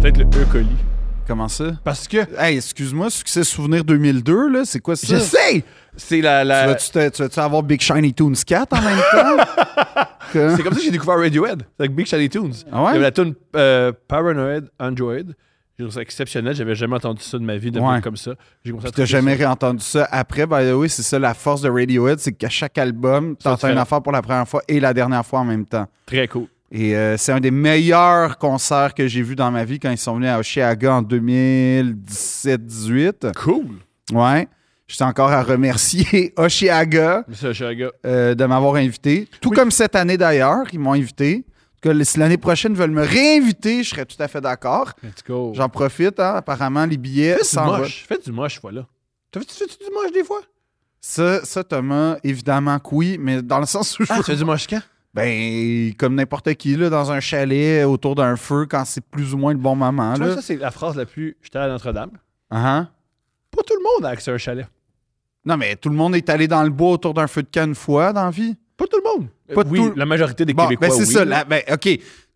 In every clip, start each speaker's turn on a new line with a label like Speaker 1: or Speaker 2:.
Speaker 1: peut-être le E. coli.
Speaker 2: Comment ça?
Speaker 1: Parce que.
Speaker 2: Hey, excuse-moi, Succès Souvenir 2002, là, c'est quoi ça?
Speaker 1: Je sais! C'est la.
Speaker 2: Tu
Speaker 1: la...
Speaker 2: vas-tu te- tu vas-tu avoir Big Shiny Toons 4 en même temps? Que-
Speaker 1: C'est comme ça que j'ai découvert Radiohead, avec Big Shiny Tunes.
Speaker 2: Ah ouais?
Speaker 1: Il y avait la tune euh, Paranoid Android. J'ai trouvé ça exceptionnel. J'avais jamais entendu ça de ma vie, de
Speaker 2: Ouais.
Speaker 1: truc comme ça. J'ai commencé à
Speaker 2: Puis t'as
Speaker 1: triper
Speaker 2: jamais
Speaker 1: sur-
Speaker 2: réentendu ça après. By the way, c'est ça la force de Radiohead, c'est qu'à chaque album,
Speaker 1: Ça,
Speaker 2: t'entends
Speaker 1: tu fais-
Speaker 2: une affaire pour la première fois et la dernière fois en même temps.
Speaker 1: Très cool.
Speaker 2: Et euh, c'est un des meilleurs concerts que j'ai vu dans ma vie quand ils sont venus à Oshiaga en 2017-18.
Speaker 1: Cool!
Speaker 2: Ouais. J'étais encore à remercier Oshiaga
Speaker 1: Mais ça, je suis un gars.
Speaker 2: euh, de m'avoir invité. Tout
Speaker 1: Oui.
Speaker 2: comme cette année d'ailleurs, ils m'ont invité. En tout cas, si l'année prochaine ils veulent me réinviter, je serais tout à fait d'accord.
Speaker 1: Let's go.
Speaker 2: J'en profite, hein, apparemment, les billets
Speaker 1: Fais du
Speaker 2: s'en vont.
Speaker 1: Oh. moche. Fais du moche, voilà. T'as fait- Tu fais-tu du moche des fois?
Speaker 2: Ça, ça, Thomas, évidemment que oui, mais dans le sens où je
Speaker 1: Ah, tu fais du moche quand?
Speaker 2: Ben, comme n'importe qui, là, dans un chalet euh, autour d'un feu, quand c'est plus ou moins le bon moment.
Speaker 1: Tu vois,
Speaker 2: Ah, Là.
Speaker 1: ça, c'est la phrase la plus. J'étais à Notre-Dame.
Speaker 2: Hein?
Speaker 1: Pas tout le monde a accès à un chalet.
Speaker 2: Non, mais tout le monde est allé dans le bois autour d'un feu de camp une fois dans la vie.
Speaker 1: Pas tout le monde. Euh,
Speaker 2: Pas
Speaker 1: oui,
Speaker 2: tout-
Speaker 1: la majorité des
Speaker 2: Bon,
Speaker 1: Québécois.
Speaker 2: ben c'est
Speaker 1: oui.
Speaker 2: ça. la- ben, OK.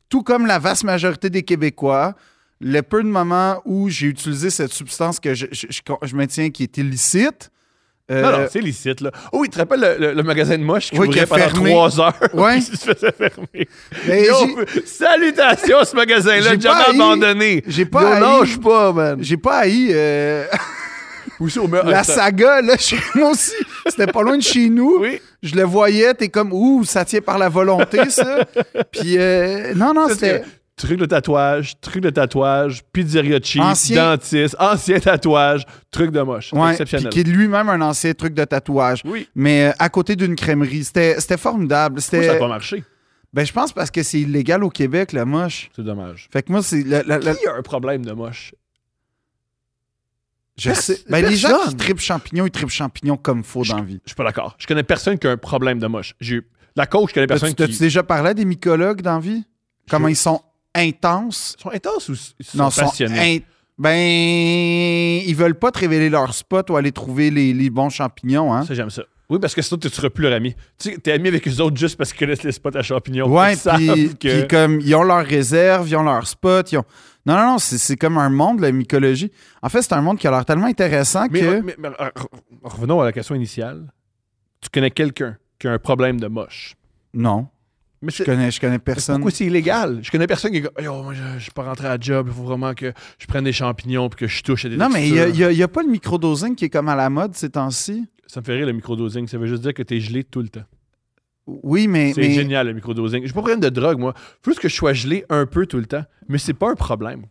Speaker 2: Tout comme la vaste majorité des Québécois, le peu de moments où j'ai utilisé cette substance que je, je, je- je maintiens qui est illicite. euh,
Speaker 1: Non, non, c'est licite, là. Oh, oui, tu te rappelles le, le- le magasin de moche qui
Speaker 2: Oui, qui
Speaker 1: ouvrait
Speaker 2: a
Speaker 1: pendant
Speaker 2: fermé.
Speaker 1: trois heures?
Speaker 2: Ouais.
Speaker 1: Puis il se faisait fermer.
Speaker 2: ben,
Speaker 1: Yo,
Speaker 2: j'ai-
Speaker 1: salutations, ce magasin-là.
Speaker 2: J'ai
Speaker 1: Jamais
Speaker 2: pas haï.
Speaker 1: abandonné.
Speaker 2: J'ai pas
Speaker 1: Yo,
Speaker 2: haï.
Speaker 1: lâche pas, man.
Speaker 2: j'ai pas haï euh,
Speaker 1: Aussi, au meilleur-
Speaker 2: la saga, là, chez moi aussi. C'était pas loin de chez nous.
Speaker 1: Oui.
Speaker 2: Je le voyais, t'es comme, ouh, ça tient par la volonté, ça. Puis, euh, non, non, c'était.
Speaker 1: Truc de tatouage, truc de tatouage, pizzeria cheap,
Speaker 2: Ancien-
Speaker 1: dentiste, ancien tatouage, truc de moche.
Speaker 2: Ouais, puis
Speaker 1: Exceptionnel.
Speaker 2: qui est lui-même un ancien truc de tatouage.
Speaker 1: Oui.
Speaker 2: Mais euh, à côté d'une crèmerie. C'était c'était formidable.
Speaker 1: Pourquoi ça
Speaker 2: C'était.
Speaker 1: n'a pas marché?
Speaker 2: Ben, je pense parce que c'est illégal au Québec, le moche.
Speaker 1: C'est dommage.
Speaker 2: Fait que moi, c'est. la- la- la-
Speaker 1: Qui a un problème de moche?
Speaker 2: je
Speaker 1: Pers-
Speaker 2: sais. Ben, les gens
Speaker 1: personne.
Speaker 2: qui tripent champignons, ils tripent champignons comme faut dans la vie.
Speaker 1: Je suis pas d'accord. Je connais personne qui a un problème de moche. J'ai eu- La coach, je connais
Speaker 2: T'as-
Speaker 1: personne
Speaker 2: T'as-tu
Speaker 1: qui.
Speaker 2: déjà parlé à des mycologues dans la vie? Comment ils sont intenses?
Speaker 1: Ils sont intenses ou s- ils sont
Speaker 2: Non, sont
Speaker 1: passionnés?
Speaker 2: in- Ben, ils veulent pas te révéler leur spot ou aller trouver les, les bons champignons, hein?
Speaker 1: Ça, j'aime ça. Oui, parce que sinon, tu ne seras plus leur ami. Tu sais, t'es ami avec eux autres juste parce qu'ils connaissent les spots à champignons.
Speaker 2: Ouais,
Speaker 1: Ils savent
Speaker 2: puis
Speaker 1: que-
Speaker 2: puis comme ils ont leurs réserves, ils ont leurs spots, ils ont. Non, non, non, c'est c'est comme un monde, la mycologie. En fait, c'est un monde qui a l'air tellement intéressant
Speaker 1: mais, euh,
Speaker 2: que.
Speaker 1: mais- mais- re- re- revenons à la question initiale. Tu connais quelqu'un qui a un problème de moche.
Speaker 2: Non,
Speaker 1: Mais
Speaker 2: je
Speaker 1: c'est-
Speaker 2: connais, je connais
Speaker 1: Mais
Speaker 2: personne.
Speaker 1: Pourquoi c'est illégal? Je connais personne qui est comme, Yo, moi, je ne suis pas rentré à la job, il faut vraiment que je prenne des champignons puis que je touche à des
Speaker 2: Non, mais il
Speaker 1: textures.
Speaker 2: n'y a, pas le microdosing qui est comme à la mode ces temps-ci.
Speaker 1: Ça me fait rire le microdosing. Ça veut juste dire que tu es gelé tout le temps.
Speaker 2: Oui, mais.
Speaker 1: C'est
Speaker 2: mais-
Speaker 1: génial le microdosing. J'ai pas de problème de drogue, moi. Faut juste que je sois gelé un peu tout le temps. Mais c'est pas un problème.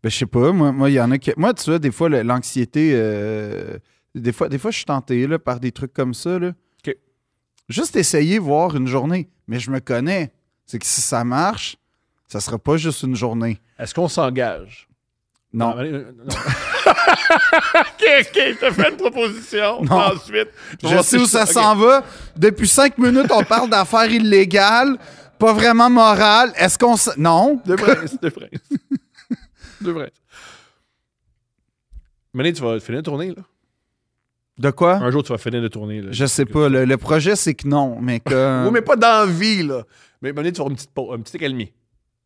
Speaker 2: Ben, je sais pas, moi, moi, il y en a qui. Moi, tu vois, des fois, le- l'anxiété. euh, Des, fois, des fois, je suis tenté là, par des trucs comme ça. Là.
Speaker 1: OK.
Speaker 2: Juste essayer, voir une journée. Mais je me connais. C'est que si ça marche, ça sera pas juste une journée.
Speaker 1: Est-ce qu'on s'engage?
Speaker 2: Non.
Speaker 1: allez, euh, non. ok, ok, je te fais une proposition.
Speaker 2: Non.
Speaker 1: Ensuite, on
Speaker 2: Je
Speaker 1: va-
Speaker 2: sais où ça
Speaker 1: Ok.
Speaker 2: s'en va. Depuis cinq minutes, on parle d'affaires illégales, pas vraiment morales. Est-ce qu'on. s- Non.
Speaker 1: Deux princes, deux princes. deux princes. Mané, tu vas finir de tourner, là.
Speaker 2: De quoi?
Speaker 1: Un jour, tu vas finir de tourner, là.
Speaker 2: Je sais pas. Le, le projet, c'est que non, mais que.
Speaker 1: Oui, mais pas d'envie, là. Mais Mané, tu vas avoir une petite pause, une petite accalmie.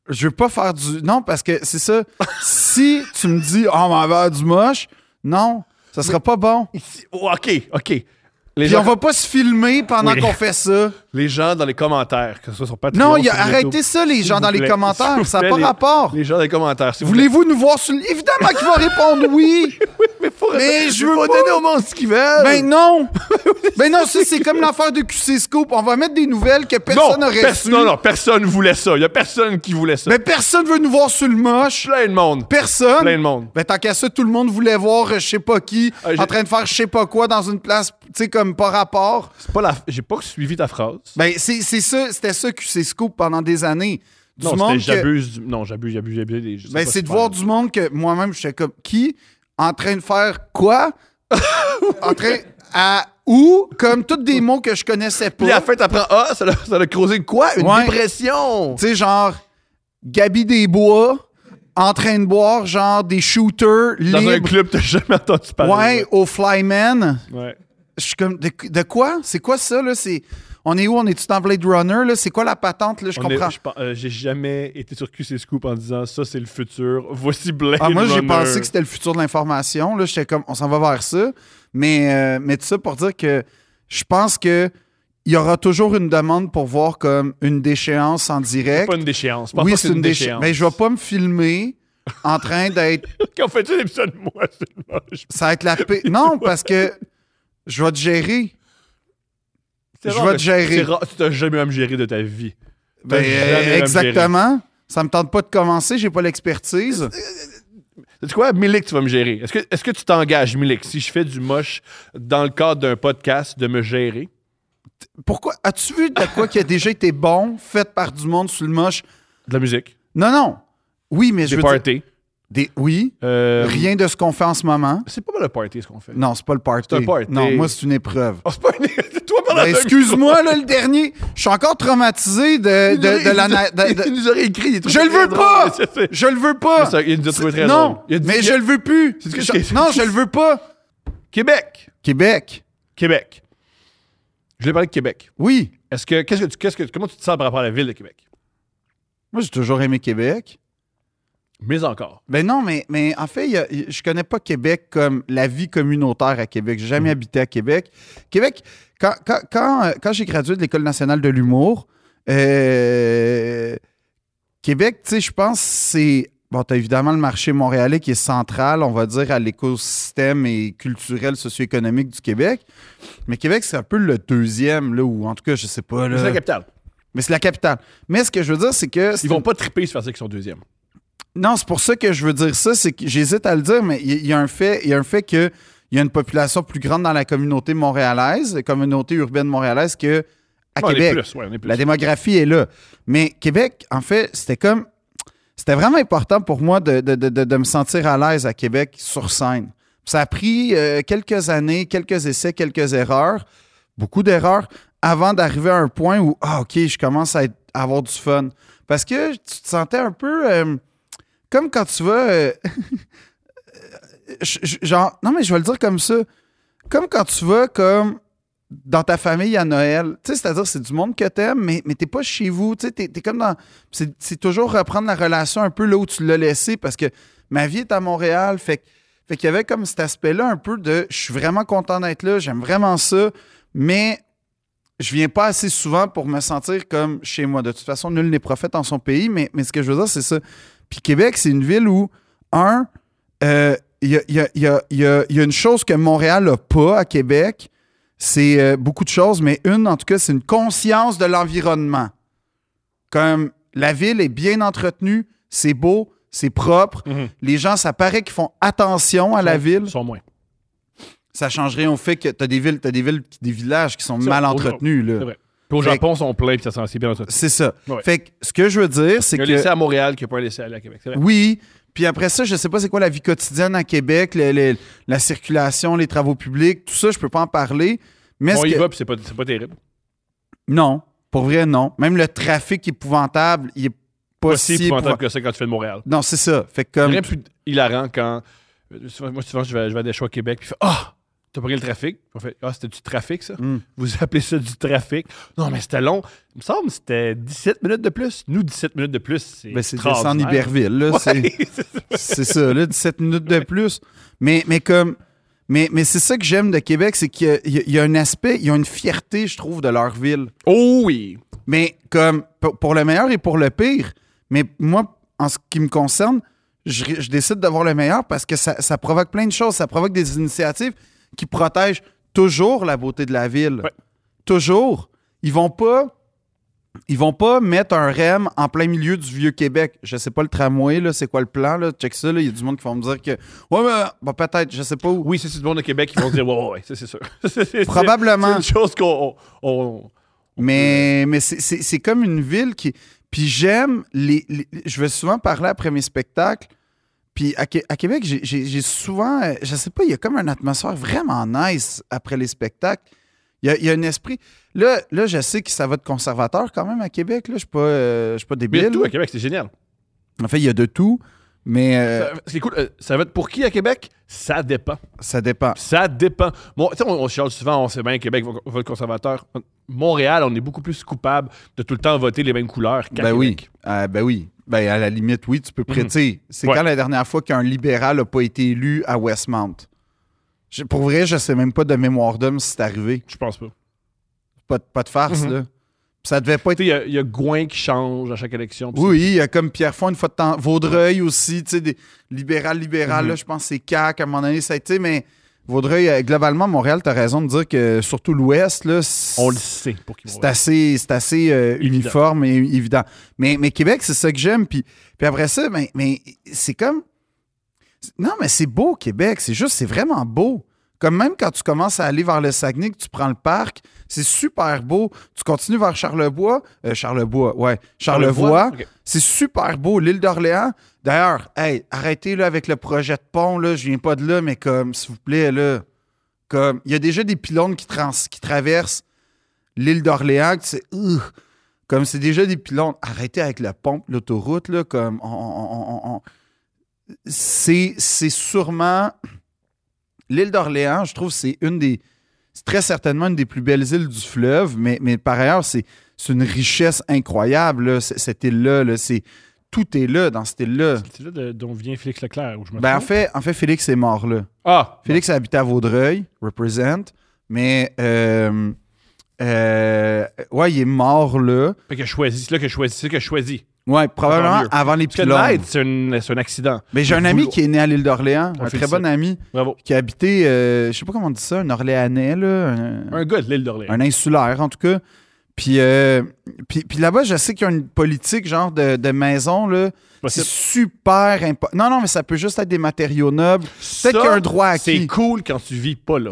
Speaker 2: Je veux pas faire du. Non, parce que c'est ça. si tu me dis, oh, on va faire du moche, non, ça sera pas bon.
Speaker 1: Ici. Oh, ok, ok. Les
Speaker 2: Puis
Speaker 1: gens,
Speaker 2: on va pas se filmer pendant
Speaker 1: Oui.
Speaker 2: qu'on fait ça.
Speaker 1: les gens dans les commentaires, que ce soit sur Patreon.
Speaker 2: Non, il y a-
Speaker 1: sur YouTube,
Speaker 2: arrêtez ça, les gens,
Speaker 1: vous
Speaker 2: dans les
Speaker 1: plaît.
Speaker 2: commentaires.
Speaker 1: S'il
Speaker 2: Ça
Speaker 1: vous
Speaker 2: n'a
Speaker 1: plaît,
Speaker 2: pas
Speaker 1: les-
Speaker 2: rapport.
Speaker 1: Les gens dans les commentaires. s'il vous plaît.
Speaker 2: Voulez-vous nous voir sur le. Évidemment qu'il va répondre oui.
Speaker 1: Mais, faut
Speaker 2: Mais je veux
Speaker 1: faut
Speaker 2: pas-
Speaker 1: donner au monde ce qu'ils veulent.
Speaker 2: Ben non! ben non, ça c'est comme l'affaire de QC Scoop. On va mettre des nouvelles que personne
Speaker 1: non,
Speaker 2: n'aurait
Speaker 1: pers-
Speaker 2: su.
Speaker 1: non, non, personne voulait ça. Il n'y a personne qui voulait ça.
Speaker 2: Mais personne veut nous voir sur le moche.
Speaker 1: plein de monde.
Speaker 2: Personne.
Speaker 1: Plein de monde.
Speaker 2: Ben tant qu'à ça, tout le monde voulait voir euh, je sais pas qui
Speaker 1: Ah, j'ai-
Speaker 2: en train de faire je sais pas quoi dans une place, tu sais, comme pas rapport.
Speaker 1: C'est pas la... J'ai pas suivi ta phrase.
Speaker 2: Ben c'est c'est ça, c'était ça QC Scoop pendant des années. Du
Speaker 1: non, c'était
Speaker 2: monde que-
Speaker 1: j'abuse. du- Non, j'abuse, j'abuse, j'abuse. des- je sais
Speaker 2: Ben
Speaker 1: pas
Speaker 2: c'est
Speaker 1: si
Speaker 2: de voir
Speaker 1: parle.
Speaker 2: du monde que moi-même je suis comme qui en train de faire quoi? en train à où? Comme tous des mots que je connaissais pas.
Speaker 1: Puis à la fin, t'apprends Ah, ça l'a- ça l'a causé quoi Une
Speaker 2: Ouais.
Speaker 1: dépression.
Speaker 2: Tu sais, genre, Gabi Desbois, en train de boire, genre, des shooters
Speaker 1: Dans un
Speaker 2: libres.
Speaker 1: club, t'as jamais entendu parler.
Speaker 2: Ouais, au Flyman.
Speaker 1: Ouais.
Speaker 2: Je suis comme, de, de quoi? C'est quoi ça, là? C'est, On est où? On est-tu dans Blade Runner? là? C'est quoi la patente? Là? Je
Speaker 1: On est-
Speaker 2: comprends.
Speaker 1: je pen- euh, J'ai jamais été sur QC Scoop en disant ça, c'est le futur. Voici Blade.
Speaker 2: Ah, moi, j'ai
Speaker 1: Runner.
Speaker 2: pensé que c'était le futur de l'information. Là, j'étais comme, on s'en va vers ça. Mais, euh, mais tout ça pour dire que je pense que il y aura toujours une demande pour voir comme une déchéance en
Speaker 1: C'est
Speaker 2: direct.
Speaker 1: pas une déchéance. Je pense
Speaker 2: oui,
Speaker 1: pas que
Speaker 2: c'est une déchéance. Mais je vais pas me filmer en train d'être.
Speaker 1: Quand fait-tu l'épisode de moi, c'est moche.
Speaker 2: Ça va être la paix. Non, parce que je vais te gérer.
Speaker 1: C'est
Speaker 2: Je
Speaker 1: rare
Speaker 2: vais
Speaker 1: que-
Speaker 2: te gérer.
Speaker 1: c'est rare- Tu t'as jamais eu à me gérer de ta vie. T'as
Speaker 2: Ben,
Speaker 1: jamais eu à me gérer.
Speaker 2: exactement. Ça me tente pas de commencer, j'ai pas l'expertise.
Speaker 1: C'est quoi, Milik, tu vas me gérer? Est-ce que, est-ce que tu t'engages, Milik, si je fais du moche dans le cadre d'un podcast, de me gérer?
Speaker 2: Pourquoi? As-tu vu de quoi qui a déjà été bon, fait par du monde sous le moche?
Speaker 1: De la musique,
Speaker 2: Non, non. Oui, mais je
Speaker 1: des
Speaker 2: veux dire-
Speaker 1: parties.
Speaker 2: Des, oui,
Speaker 1: euh,
Speaker 2: rien de ce qu'on fait en ce moment.
Speaker 1: C'est pas mal le party, ce qu'on fait.
Speaker 2: Non, c'est pas le party.
Speaker 1: C'est un party.
Speaker 2: Non, moi, c'est une épreuve.
Speaker 1: Oh, c'est pas une... c'est toi pendant
Speaker 2: Ben,
Speaker 1: deux
Speaker 2: Excuse-moi, là, le dernier. Je suis encore traumatisé de,
Speaker 1: minutes. Il
Speaker 2: de,
Speaker 1: nous- il
Speaker 2: de la...
Speaker 1: nous a-
Speaker 2: na- de- de-
Speaker 1: Il nous aurait écrit des trucs
Speaker 2: Je le
Speaker 1: très
Speaker 2: veux
Speaker 1: drôles.
Speaker 2: pas!
Speaker 1: C'est- c'est-
Speaker 2: Je le veux pas.
Speaker 1: Mais ça, il nous a trouvé très
Speaker 2: non,
Speaker 1: drôles. Il a dit-
Speaker 2: mais
Speaker 1: il-
Speaker 2: je le veux plus.
Speaker 1: C'est ce que
Speaker 2: Je-
Speaker 1: j'ai-
Speaker 2: non, je le veux pas.
Speaker 1: Québec!
Speaker 2: Québec,
Speaker 1: Québec. Je voulais parler de Québec.
Speaker 2: oui.
Speaker 1: Est-ce que, qu'est-ce que tu, qu'est-ce que, comment tu te sens par rapport à la ville de Québec?
Speaker 2: Moi, j'ai toujours aimé Québec.
Speaker 1: Mais encore.
Speaker 2: Ben non, mais, mais en fait, il y a- il- je connais pas Québec comme la vie communautaire à Québec. J'ai
Speaker 1: Mm.
Speaker 2: jamais habité à Québec. Québec, quand, quand, quand, euh, quand j'ai gradué de l'École nationale de l'humour, euh, Québec, tu sais, je pense que c'est. Bon, t'as évidemment le marché montréalais qui est central, on va dire, à l'écosystème et culturel, socio-économique du Québec. Mais Québec, c'est un peu le deuxième, là, ou en tout cas, je sais pas.
Speaker 1: Mais C'est
Speaker 2: Là.
Speaker 1: la capitale.
Speaker 2: Mais c'est la capitale. Mais ce que je veux dire, c'est que. c'est
Speaker 1: Ils vont pas triper se faire dire qu'ils sont deuxième.
Speaker 2: non, c'est pour ça que je veux dire ça, c'est que j'hésite à le dire, mais il y, il y a un fait, il y a un fait que il y a une population plus grande dans la communauté montréalaise, la communauté urbaine montréalaise que à
Speaker 1: Ouais,
Speaker 2: Québec.
Speaker 1: On est plus, ouais, on est plus.
Speaker 2: La démographie est là. Mais Québec, en fait, c'était comme. C'était vraiment important pour moi de, de- de- de- de me sentir à l'aise à Québec sur scène. Ça a pris euh, quelques années, quelques essais, quelques erreurs, beaucoup d'erreurs, avant d'arriver à un point où, ah, OK, je commence à, être- à avoir du fun. Parce que tu te sentais un peu euh, comme quand tu vas. euh, je- je- genre, non, mais je vais le dire comme ça. Comme quand tu vas comme dans ta famille à Noël. Tu sais, c'est-à-dire, c'est du monde que t'aimes, mais, mais t'es pas chez vous. Tu sais, t'es, t'es comme dans. C'est, c'est toujours reprendre la relation un peu là où tu l'as laissée parce que ma vie est à Montréal. Fait, que- fait qu'il y avait comme cet aspect-là un peu de je suis vraiment content d'être là, j'aime vraiment ça, mais je viens pas assez souvent pour me sentir comme chez moi. De toute façon, nul n'est prophète en son pays, mais, mais ce que je veux dire, c'est ça. Puis Québec, c'est une ville où, un, euh, il y, a, il y a- il y a- il y a- il y a une chose que Montréal n'a pas à Québec, c'est euh, beaucoup de choses, mais une, en tout cas, c'est une conscience de l'environnement. Comme la ville est bien entretenue, c'est beau, c'est propre.
Speaker 1: Mhm.
Speaker 2: Les gens, ça paraît qu'ils font attention à la ville.
Speaker 1: Ils sont moins.
Speaker 2: Ça change rien au fait que tu as des villes, t'as des villes, des villages qui sont
Speaker 1: C'est
Speaker 2: mal
Speaker 1: vrai.
Speaker 2: entretenus. là.
Speaker 1: C'est vrai. Puis au
Speaker 2: Fait-
Speaker 1: Japon, ils sont pleins puis ça sent si bien entretenu.
Speaker 2: C'est ça.
Speaker 1: Ouais.
Speaker 2: Fait que ce que je veux dire, c'est
Speaker 1: Il y a
Speaker 2: que.
Speaker 1: un laissé à Montréal qui a pas un laissé aller à Québec. C'est vrai.
Speaker 2: Oui. Puis après ça, je sais pas c'est quoi la vie quotidienne à Québec, le- le- la circulation, les travaux publics, tout ça, je peux pas en parler. Mais
Speaker 1: on
Speaker 2: ce
Speaker 1: y
Speaker 2: que-
Speaker 1: va puis c'est pas, c'est pas terrible.
Speaker 2: Non, pour vrai, non. Même le trafic épouvantable, il est pas,
Speaker 1: Pas si
Speaker 2: si
Speaker 1: épouvantable
Speaker 2: épouvantable.
Speaker 1: que ça quand tu fais de Montréal.
Speaker 2: Non, c'est ça. Fait que comme.
Speaker 1: Rien de plus hilarant quand. euh, souvent- Moi, souvent, je vais, je vais à des choix à Québec puis je fais Ah! T'as pris le trafic? On fait Ah, c'était du trafic, ça?
Speaker 2: Mm.
Speaker 1: Vous appelez ça du trafic? Non, mais c'était long. Il me semble que c'était 17 minutes de plus. Nous, 17 minutes de plus, c'est.
Speaker 2: Ben, c'est descendre
Speaker 1: extraordinaire.
Speaker 2: Iberville, là. c'est-
Speaker 1: Ouais, c'est ça.
Speaker 2: c'est ça, là, 17 minutes de plus. Mais, mais comme. Mais, mais c'est ça que j'aime de Québec, c'est qu'il y a- il y, a- il y a un aspect, il y a une fierté, je trouve, de leur ville.
Speaker 1: Oh oui!
Speaker 2: Mais comme pour, pour le meilleur et pour le pire, mais moi, en ce qui me concerne, je, je décide d'avoir le meilleur parce que ça, ça provoque plein de choses. Ça provoque des initiatives qui protègent toujours la beauté de la ville.
Speaker 1: Ouais.
Speaker 2: Toujours. Ils vont pas. Ils vont pas mettre un REM en plein milieu du vieux Québec. Je sais pas le tramway, là, c'est quoi le plan, là. Check ça, là. Il y a du monde qui va me dire que. Ouais, mais bah, peut-être, je sais pas où.
Speaker 1: Oui, c'est du monde de Québec qui vont se dire, ouais, ouais, ouais, ça, c'est sûr. C'est- c'est-
Speaker 2: Probablement.
Speaker 1: C'est une chose qu'on. on- on-
Speaker 2: Mais, mais c'est- c'est c'est comme une ville qui. Puis j'aime les, les- Je vais souvent parler après mes spectacles. Puis à, Qué- à Québec, j'ai- j'ai j'ai souvent. euh, Je sais pas, il y a comme une atmosphère vraiment nice après les spectacles. Il y a, il y a un esprit. Là, là, je sais que ça va de conservateur quand même à Québec. Là, je suis pas, euh, je suis pas
Speaker 1: Mais il y
Speaker 2: débile.
Speaker 1: a tout à Québec, c'est génial.
Speaker 2: En fait, il y a de tout. Mais euh,
Speaker 1: Ça- C'est cool. euh, ça va être pour qui à Québec? Ça dépend.
Speaker 2: ça dépend.
Speaker 1: Ça dépend. Bon, tu sais, on, on se chiale souvent, on sait bien, Québec vote vote conservateur. Montréal, on est beaucoup plus coupable de tout le temps voter les mêmes couleurs qu'à
Speaker 2: Ben oui.
Speaker 1: Québec. Mhm.
Speaker 2: Ah, ben oui. Ben à la limite, oui, tu peux prêter. C'est
Speaker 1: Ouais.
Speaker 2: quand la dernière fois qu'un libéral n'a pas été élu à Westmount? Je- pour vrai, je sais même pas de mémoire d'homme si c'est arrivé.
Speaker 1: Je pense pas. Tu
Speaker 2: Pas, de- pas de farce,
Speaker 1: Mhm.
Speaker 2: là. Ça devait pas être.
Speaker 1: sais, il y a- il y, a Gouin qui change à chaque élection. puis
Speaker 2: Oui, oui, il y a comme Pierrefonds une fois de temps. Vaudreuil aussi, tu sais, des libéral, libéral,
Speaker 1: Mhm.
Speaker 2: là, je pense que c'est CAC à un moment donné, ça a été, mais Vaudreuil, euh, globalement, Montréal, t'as raison de dire que surtout l'Ouest, là,
Speaker 1: c'est-
Speaker 2: c'est-
Speaker 1: On le sait pour qui on
Speaker 2: c'est
Speaker 1: vote.
Speaker 2: assez, c'est assez euh,
Speaker 1: Évident.
Speaker 2: uniforme et évident. Mais, mais Québec, c'est ça que j'aime. Puis, puis après ça, mais, mais c'est comme. Non, mais c'est beau, Québec. C'est juste, c'est vraiment beau. Comme même quand tu commences à aller vers le Saguenay, que tu prends le parc, c'est super beau. Tu continues vers Charlebois. euh, Charlebois, ouais. Charlevoix.
Speaker 1: Ok.
Speaker 2: C'est super beau, l'île d'Orléans. D'ailleurs, hey, arrêtez là, avec le projet de pont, là, je viens pas de là, mais comme, s'il vous plaît, là, comme, il y a déjà des pylônes qui, trans- qui traversent l'île d'Orléans, que c'est, Ugh. comme c'est déjà des pylônes. Arrêtez avec le pont, l'autoroute, là, comme, on- on- on- on- on- c'est c'est sûrement, l'île d'Orléans, je trouve, c'est une des, c'est très certainement une des plus belles îles du fleuve, mais, mais par ailleurs, c'est c'est une richesse incroyable, là, c- cette île-là. là. C'est- tout est là dans cette île-là.
Speaker 1: C'est là de- d'où vient Félix Leclerc. Où je me
Speaker 2: Ben, en,
Speaker 1: trompe?
Speaker 2: fait, en fait, Félix est mort là.
Speaker 1: Ah!
Speaker 2: Félix habitait à Vaudreuil, represent, mais euh, euh, ouais, il est mort là.
Speaker 1: Fait que je choisis, c'est là que je choisis, c'est que je choisis.
Speaker 2: Ouais, probablement
Speaker 1: mieux.
Speaker 2: avant les
Speaker 1: Parce que
Speaker 2: pylônes.
Speaker 1: l'aide, c'est un, c'est un accident.
Speaker 2: Mais j'ai un
Speaker 1: Vous-
Speaker 2: ami qui est né à l'île d'Orléans,
Speaker 1: On
Speaker 2: un
Speaker 1: fait
Speaker 2: très
Speaker 1: ça.
Speaker 2: bon ami,
Speaker 1: Bravo.
Speaker 2: qui habitait, euh, je sais pas comment on dit ça, un Orléanais, là, un-
Speaker 1: Un gars de l'île d'Orléans.
Speaker 2: un insulaire en tout cas. Puis, euh, puis, puis là-bas, je sais qu'il y a une politique genre de, de maison, là. C'est
Speaker 1: Possible.
Speaker 2: super important. Non, non, mais ça peut juste être des matériaux nobles. Peut-être
Speaker 1: Ça,
Speaker 2: qu'il y a un droit
Speaker 1: C'est
Speaker 2: acquis.
Speaker 1: cool quand tu vis pas là.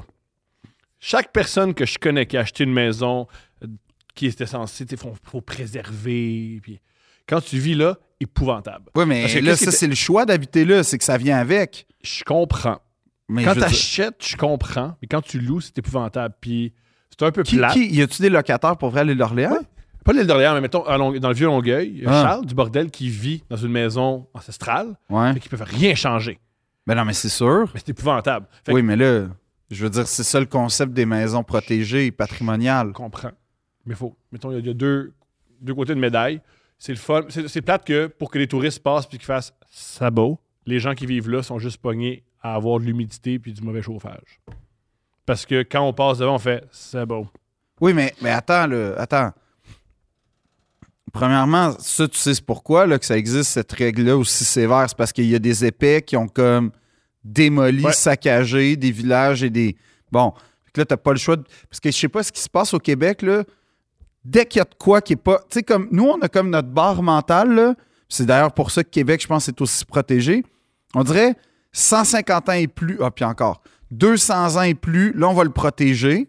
Speaker 1: Chaque personne que je connais qui a acheté une maison euh, qui était censée, il faut, faut préserver. Puis quand tu vis là, épouvantable.
Speaker 2: Oui, mais
Speaker 1: Parce que
Speaker 2: là,
Speaker 1: qu'est-ce
Speaker 2: ça,
Speaker 1: qui-
Speaker 2: c'est le choix d'habiter là. C'est que ça vient avec.
Speaker 1: Je comprends.
Speaker 2: Mais
Speaker 1: quand
Speaker 2: je veux dire,
Speaker 1: t'achètes, je comprends. Mais quand tu loues, c'est épouvantable. Puis c'est un peu
Speaker 2: qui,
Speaker 1: plat.
Speaker 2: qui- y a-tu des locataires pour vrai à l'île d'Orléans?
Speaker 1: Pas l'île d'Orléans, mais mettons à Long- dans le vieux Longueuil, euh,
Speaker 2: Ah. Hein.
Speaker 1: Charles du bordel qui vit dans une maison ancestrale,
Speaker 2: Ouais.
Speaker 1: fait qu'ils peuvent rien changer.
Speaker 2: Ben non, mais c'est sûr.
Speaker 1: Mais c'est épouvantable. Fait que
Speaker 2: Oui, mais là, je veux dire, c'est ça le concept des maisons protégées et patrimoniales.
Speaker 1: Je comprends. Mais faut. Mettons, il y a- il y, a deux, deux côtés de médaille. C'est le fun. C'est c'est plate que pour que les touristes passent puis qu'ils fassent sabot, les gens qui vivent là sont juste pognés à avoir de l'humidité puis du mauvais chauffage. Parce que quand on passe devant, on fait sabot.
Speaker 2: Oui, mais, mais attends, là, attends. Premièrement, ça, tu sais c'est pourquoi là, que ça existe, cette règle-là aussi sévère. C'est parce qu'il y a des épais qui ont comme démoli,
Speaker 1: Ouais.
Speaker 2: saccagé des villages et des. Bon, Fait que là, t'as pas le choix. de- Parce que je sais pas ce qui se passe au Québec, là. Dès qu'il y a de quoi qui est pas. Tu sais, comme nous, on a comme notre barre mentale, là. C'est d'ailleurs pour ça que Québec, je pense, est aussi protégé. On dirait 150 ans et plus. Ah, puis encore. 200 ans et plus, là, on va le protéger.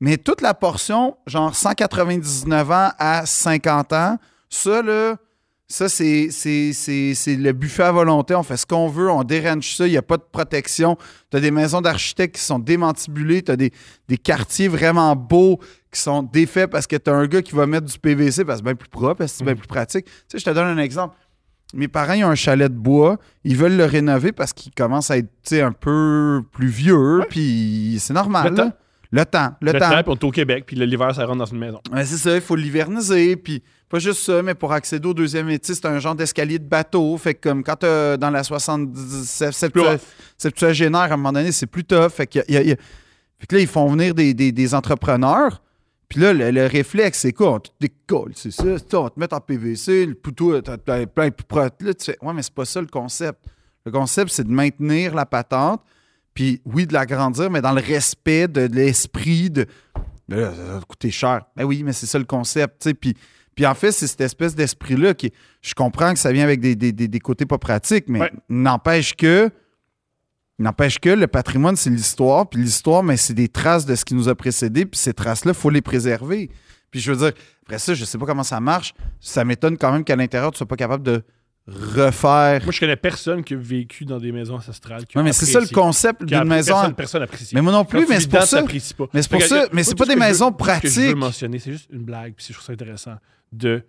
Speaker 2: Mais toute la portion, genre 199 ans à 50 ans, ça, là, ça, c'est, c'est, c'est, c'est le buffet à volonté. On fait ce qu'on veut, on dérange ça, il n'y a pas de protection. Tu as des maisons d'architectes qui sont démantibulées, tu as des, des quartiers vraiment beaux qui sont défaits parce que tu as un gars qui va mettre du PVC parce que c'est bien plus propre, parce que c'est bien plus pratique. Tu sais, je te donne un exemple. Mes parents, ils ont un chalet de bois. Ils veulent le rénover parce qu'il commence à être tu sais, un peu plus vieux. Puis c'est normal.
Speaker 1: Le
Speaker 2: là.
Speaker 1: temps.
Speaker 2: Le temps. Le,
Speaker 1: Le
Speaker 2: temps.
Speaker 1: temps, puis on est au Québec, puis l'hiver, ça rentre dans une maison.
Speaker 2: Ouais, c'est ça, il faut l'hiverniser. Puis pas juste ça, mais pour accéder au deuxième métier, c'est un genre d'escalier de bateau. Fait que comme quand t'as dans la 70,
Speaker 1: Plus
Speaker 2: 70 septuagénaire, à un moment donné, c'est plus tough. Fait que, y a- y a- fait que là, ils font venir des, des- des entrepreneurs. Puis là, le, le réflexe, c'est quoi? On te décolle, c'est ça. c'est ça, on te met en PVC, le poutou, t'as plein plein plus propre. Là, tu fais, ouais, mais c'est pas ça le concept. Le concept, c'est de maintenir la patente, puis oui, de l'agrandir, mais dans le respect de, de l'esprit de. de- Là, ça va te coûter cher. Ben oui, mais c'est ça le concept, tu sais. Puis, puis en fait, c'est cette espèce d'esprit-là qui. Je comprends que ça vient avec des, des- des- des côtés pas pratiques, mais
Speaker 1: Ouais.
Speaker 2: n'empêche que. N'empêche que le patrimoine, c'est l'histoire, puis l'histoire, mais c'est des traces de ce qui nous a précédé, puis ces traces-là, faut les préserver. Puis je veux dire, après ça, je sais pas comment ça marche, ça m'étonne quand même qu'à l'intérieur, tu sois pas capable de refaire.
Speaker 1: Moi, je connais personne qui a vécu dans des maisons ancestrales. qui
Speaker 2: Ouais,
Speaker 1: ont
Speaker 2: mais c'est ça le
Speaker 1: apprécié,
Speaker 2: concept
Speaker 1: qui a
Speaker 2: d'une
Speaker 1: apprécié-
Speaker 2: maison.
Speaker 1: Personne, personne apprécie.
Speaker 2: Mais moi non plus,
Speaker 1: Quand tu
Speaker 2: mais
Speaker 1: vis
Speaker 2: c'est pour
Speaker 1: dedans,
Speaker 2: ça.
Speaker 1: t'apprécies pas.
Speaker 2: mais c'est pour
Speaker 1: Fait que,
Speaker 2: ça- mais
Speaker 1: moi,
Speaker 2: c'est
Speaker 1: tout
Speaker 2: pas
Speaker 1: ce
Speaker 2: des
Speaker 1: que je veux-
Speaker 2: maisons
Speaker 1: ce que je veux
Speaker 2: pratiques.
Speaker 1: mentionner, c'est juste une blague, puis c'est je trouve ça intéressant de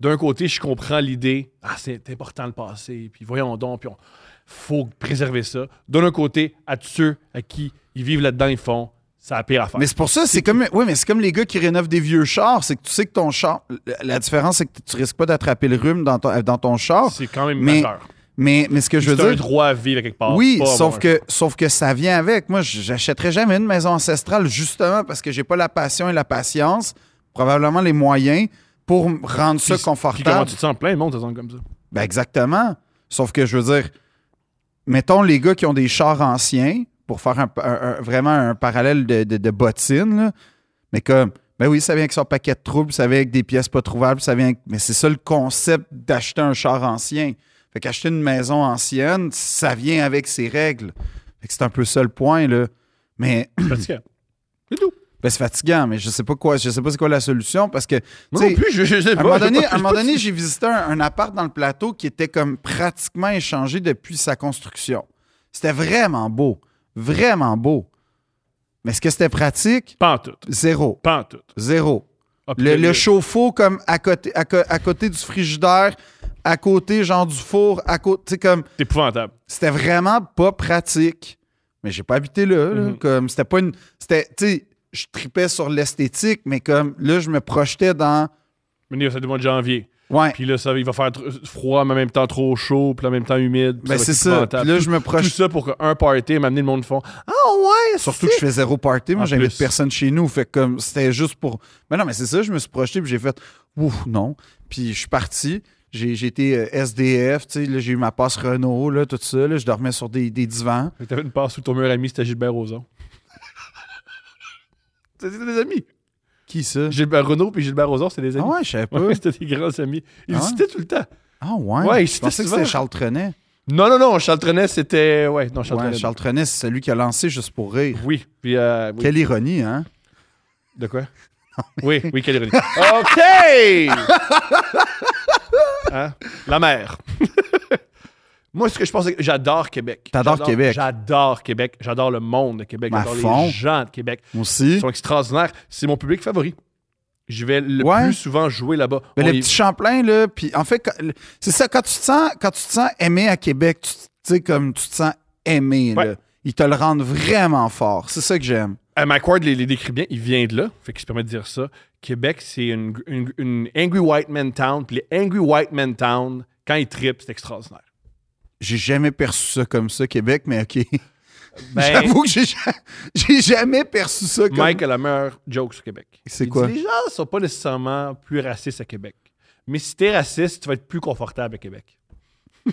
Speaker 1: d'un côté, je comprends l'idée, ah, c'est important le passé, puis voyons donc, puis on faut préserver ça. D'un autre côté, à tous ceux à qui ils vivent là-dedans, ils font, c'est la pire affaire.
Speaker 2: Mais c'est pour ça, c'est comme, oui, mais c'est comme les gars qui rénovent des vieux chars. C'est que tu sais que ton char, la différence, c'est que tu risques pas d'attraper le rhume dans ton, dans ton char.
Speaker 1: C'est quand même
Speaker 2: mais-
Speaker 1: majeur.
Speaker 2: Mais, mais ce que je
Speaker 1: C'est
Speaker 2: veux
Speaker 1: un
Speaker 2: dire.
Speaker 1: droit à vivre quelque part.
Speaker 2: Oui,
Speaker 1: pas avoir
Speaker 2: sauf
Speaker 1: un-
Speaker 2: que, sauf que ça vient avec. Moi, j- j'achèterais jamais une maison ancestrale justement parce que j'ai pas la passion et la patience, probablement les moyens pour m- rendre ça
Speaker 1: Puis- Puis comment
Speaker 2: confortable.
Speaker 1: tu te sens plein de monde, ça sent comme ça.
Speaker 2: Ben exactement. Sauf que je veux dire, mettons les gars qui ont des chars anciens, pour faire un- un- un- vraiment un parallèle de, de, de bottine, là. mais comme, ben oui, ça vient avec son paquet de troubles, ça vient avec des pièces pas trouvables, ça vient avec- Mais c'est ça le concept d'acheter un char ancien. Fait qu'acheter une maison ancienne, ça vient avec ses règles. Fait que c'est un peu ça le point, là. Mais
Speaker 1: Parce que- C'est tout.
Speaker 2: ben, c'est fatigant, mais je sais pas quoi, je sais pas c'est quoi la solution parce que.
Speaker 1: Moi
Speaker 2: tu sais,
Speaker 1: non plus, je, je sais
Speaker 2: à
Speaker 1: pas.
Speaker 2: un moment
Speaker 1: je sais
Speaker 2: donné,
Speaker 1: pas-
Speaker 2: à un
Speaker 1: je sais
Speaker 2: moment
Speaker 1: pas
Speaker 2: donné,
Speaker 1: si-
Speaker 2: j'ai visité un, un appart dans le plateau qui était comme pratiquement échangé depuis sa construction. C'était vraiment beau. Vraiment beau. Mais est-ce que c'était pratique?
Speaker 1: Pas en tout.
Speaker 2: Zéro.
Speaker 1: Pas en tout.
Speaker 2: Zéro.
Speaker 1: Ah, puis
Speaker 2: Le,
Speaker 1: là,
Speaker 2: le chauffe-eau comme à côté, à, co- à côté du frigidaire, à côté genre du four, à côté, tu sais, comme
Speaker 1: C'est épouvantable.
Speaker 2: c'était vraiment pas pratique. Mais j'ai pas habité là, là.
Speaker 1: Mhm.
Speaker 2: comme c'était pas une c'était tu sais, je tripais sur l'esthétique, mais comme là je me projetais dans
Speaker 1: Mais ça du mois de janvier.
Speaker 2: ouais.
Speaker 1: Puis là, ça, il va faire tr- froid, mais en même temps trop chaud, puis en même temps humide. puis va
Speaker 2: Ben,
Speaker 1: être
Speaker 2: c'est ça.
Speaker 1: épouvantable.
Speaker 2: Puis là, je me
Speaker 1: Tout
Speaker 2: proche.
Speaker 1: ça pour qu'un party m'amener le monde fond. Ah ouais,
Speaker 2: Surtout que je fais zéro party. Moi,
Speaker 1: En
Speaker 2: j'invite
Speaker 1: plus.
Speaker 2: personne chez nous. Fait que comme c'était juste pour. Mais non, mais c'est ça. Je me suis projeté. Puis j'ai fait. Ouf, non. Puis je suis parti. J'ai j'ai été euh, SDF. Tu sais, là, j'ai eu ma passe Renault, là, tout ça. Là, je dormais sur des, des divans.
Speaker 1: Fait que T'avais une passe sous ton meilleur ami, c'était Gilbert Rozon. C'était des amis.
Speaker 2: Qui ça?
Speaker 1: Gilbert Renault puis Gilbert Rozon, c'était des
Speaker 2: Ah
Speaker 1: amis.
Speaker 2: ouais, je savais pas.
Speaker 1: Ouais, c'était des grands amis. Ils
Speaker 2: Ah
Speaker 1: le
Speaker 2: ouais?
Speaker 1: citaient tout le temps.
Speaker 2: Ah ouais.
Speaker 1: Ouais,
Speaker 2: je
Speaker 1: c'était
Speaker 2: pensais que
Speaker 1: souvent.
Speaker 2: c'était Charles Trenet.
Speaker 1: Non, non, non, Charles Trenet, c'était. Ouais, non, Charles
Speaker 2: Ouais,
Speaker 1: Trenet.
Speaker 2: Charles Trenet, c'est celui qui a lancé juste pour rire.
Speaker 1: Oui, puis. euh, oui.
Speaker 2: Quelle ironie, hein?
Speaker 1: De quoi Oui, oui, quelle ironie. OK Hein? La mer. Moi, ce que je pense, c'est que j'adore Québec.
Speaker 2: T'adores
Speaker 1: J'adore-
Speaker 2: Québec.
Speaker 1: J'adore Québec. J'adore le monde de Québec.
Speaker 2: Mais à
Speaker 1: J'adore
Speaker 2: fond.
Speaker 1: les gens de Québec. Ils
Speaker 2: Aussi.
Speaker 1: sont extraordinaires. C'est mon public favori. Je vais le
Speaker 2: Ouais.
Speaker 1: plus souvent jouer là-bas.
Speaker 2: Mais
Speaker 1: On
Speaker 2: Ben, le
Speaker 1: y-
Speaker 2: petit Champlain, là, puis en fait, quand- le- c'est ça, quand tu te sens, quand tu te sens aimé à Québec, tu tu sais, comme tu te sens aimé, là.
Speaker 1: Ouais.
Speaker 2: Ils te le rendent vraiment fort. C'est ça que j'aime.
Speaker 1: Euh, McCord les, les décrit bien, il vient de là, fait qu'il se permet de dire ça. Québec, c'est une, une- une angry white man town, puis les angry white man town, quand ils trippent, c'est extraordinaire.
Speaker 2: J'ai jamais perçu ça comme ça, Québec, mais OK.
Speaker 1: Ben-
Speaker 2: J'avoue que j'ai ja- j'ai jamais perçu ça comme
Speaker 1: Mike a la meilleure joke sur Québec.
Speaker 2: C'est
Speaker 1: Il dit,
Speaker 2: quoi?
Speaker 1: les gens sont pas nécessairement plus racistes à Québec. Mais si t'es raciste, tu vas être plus confortable à Québec.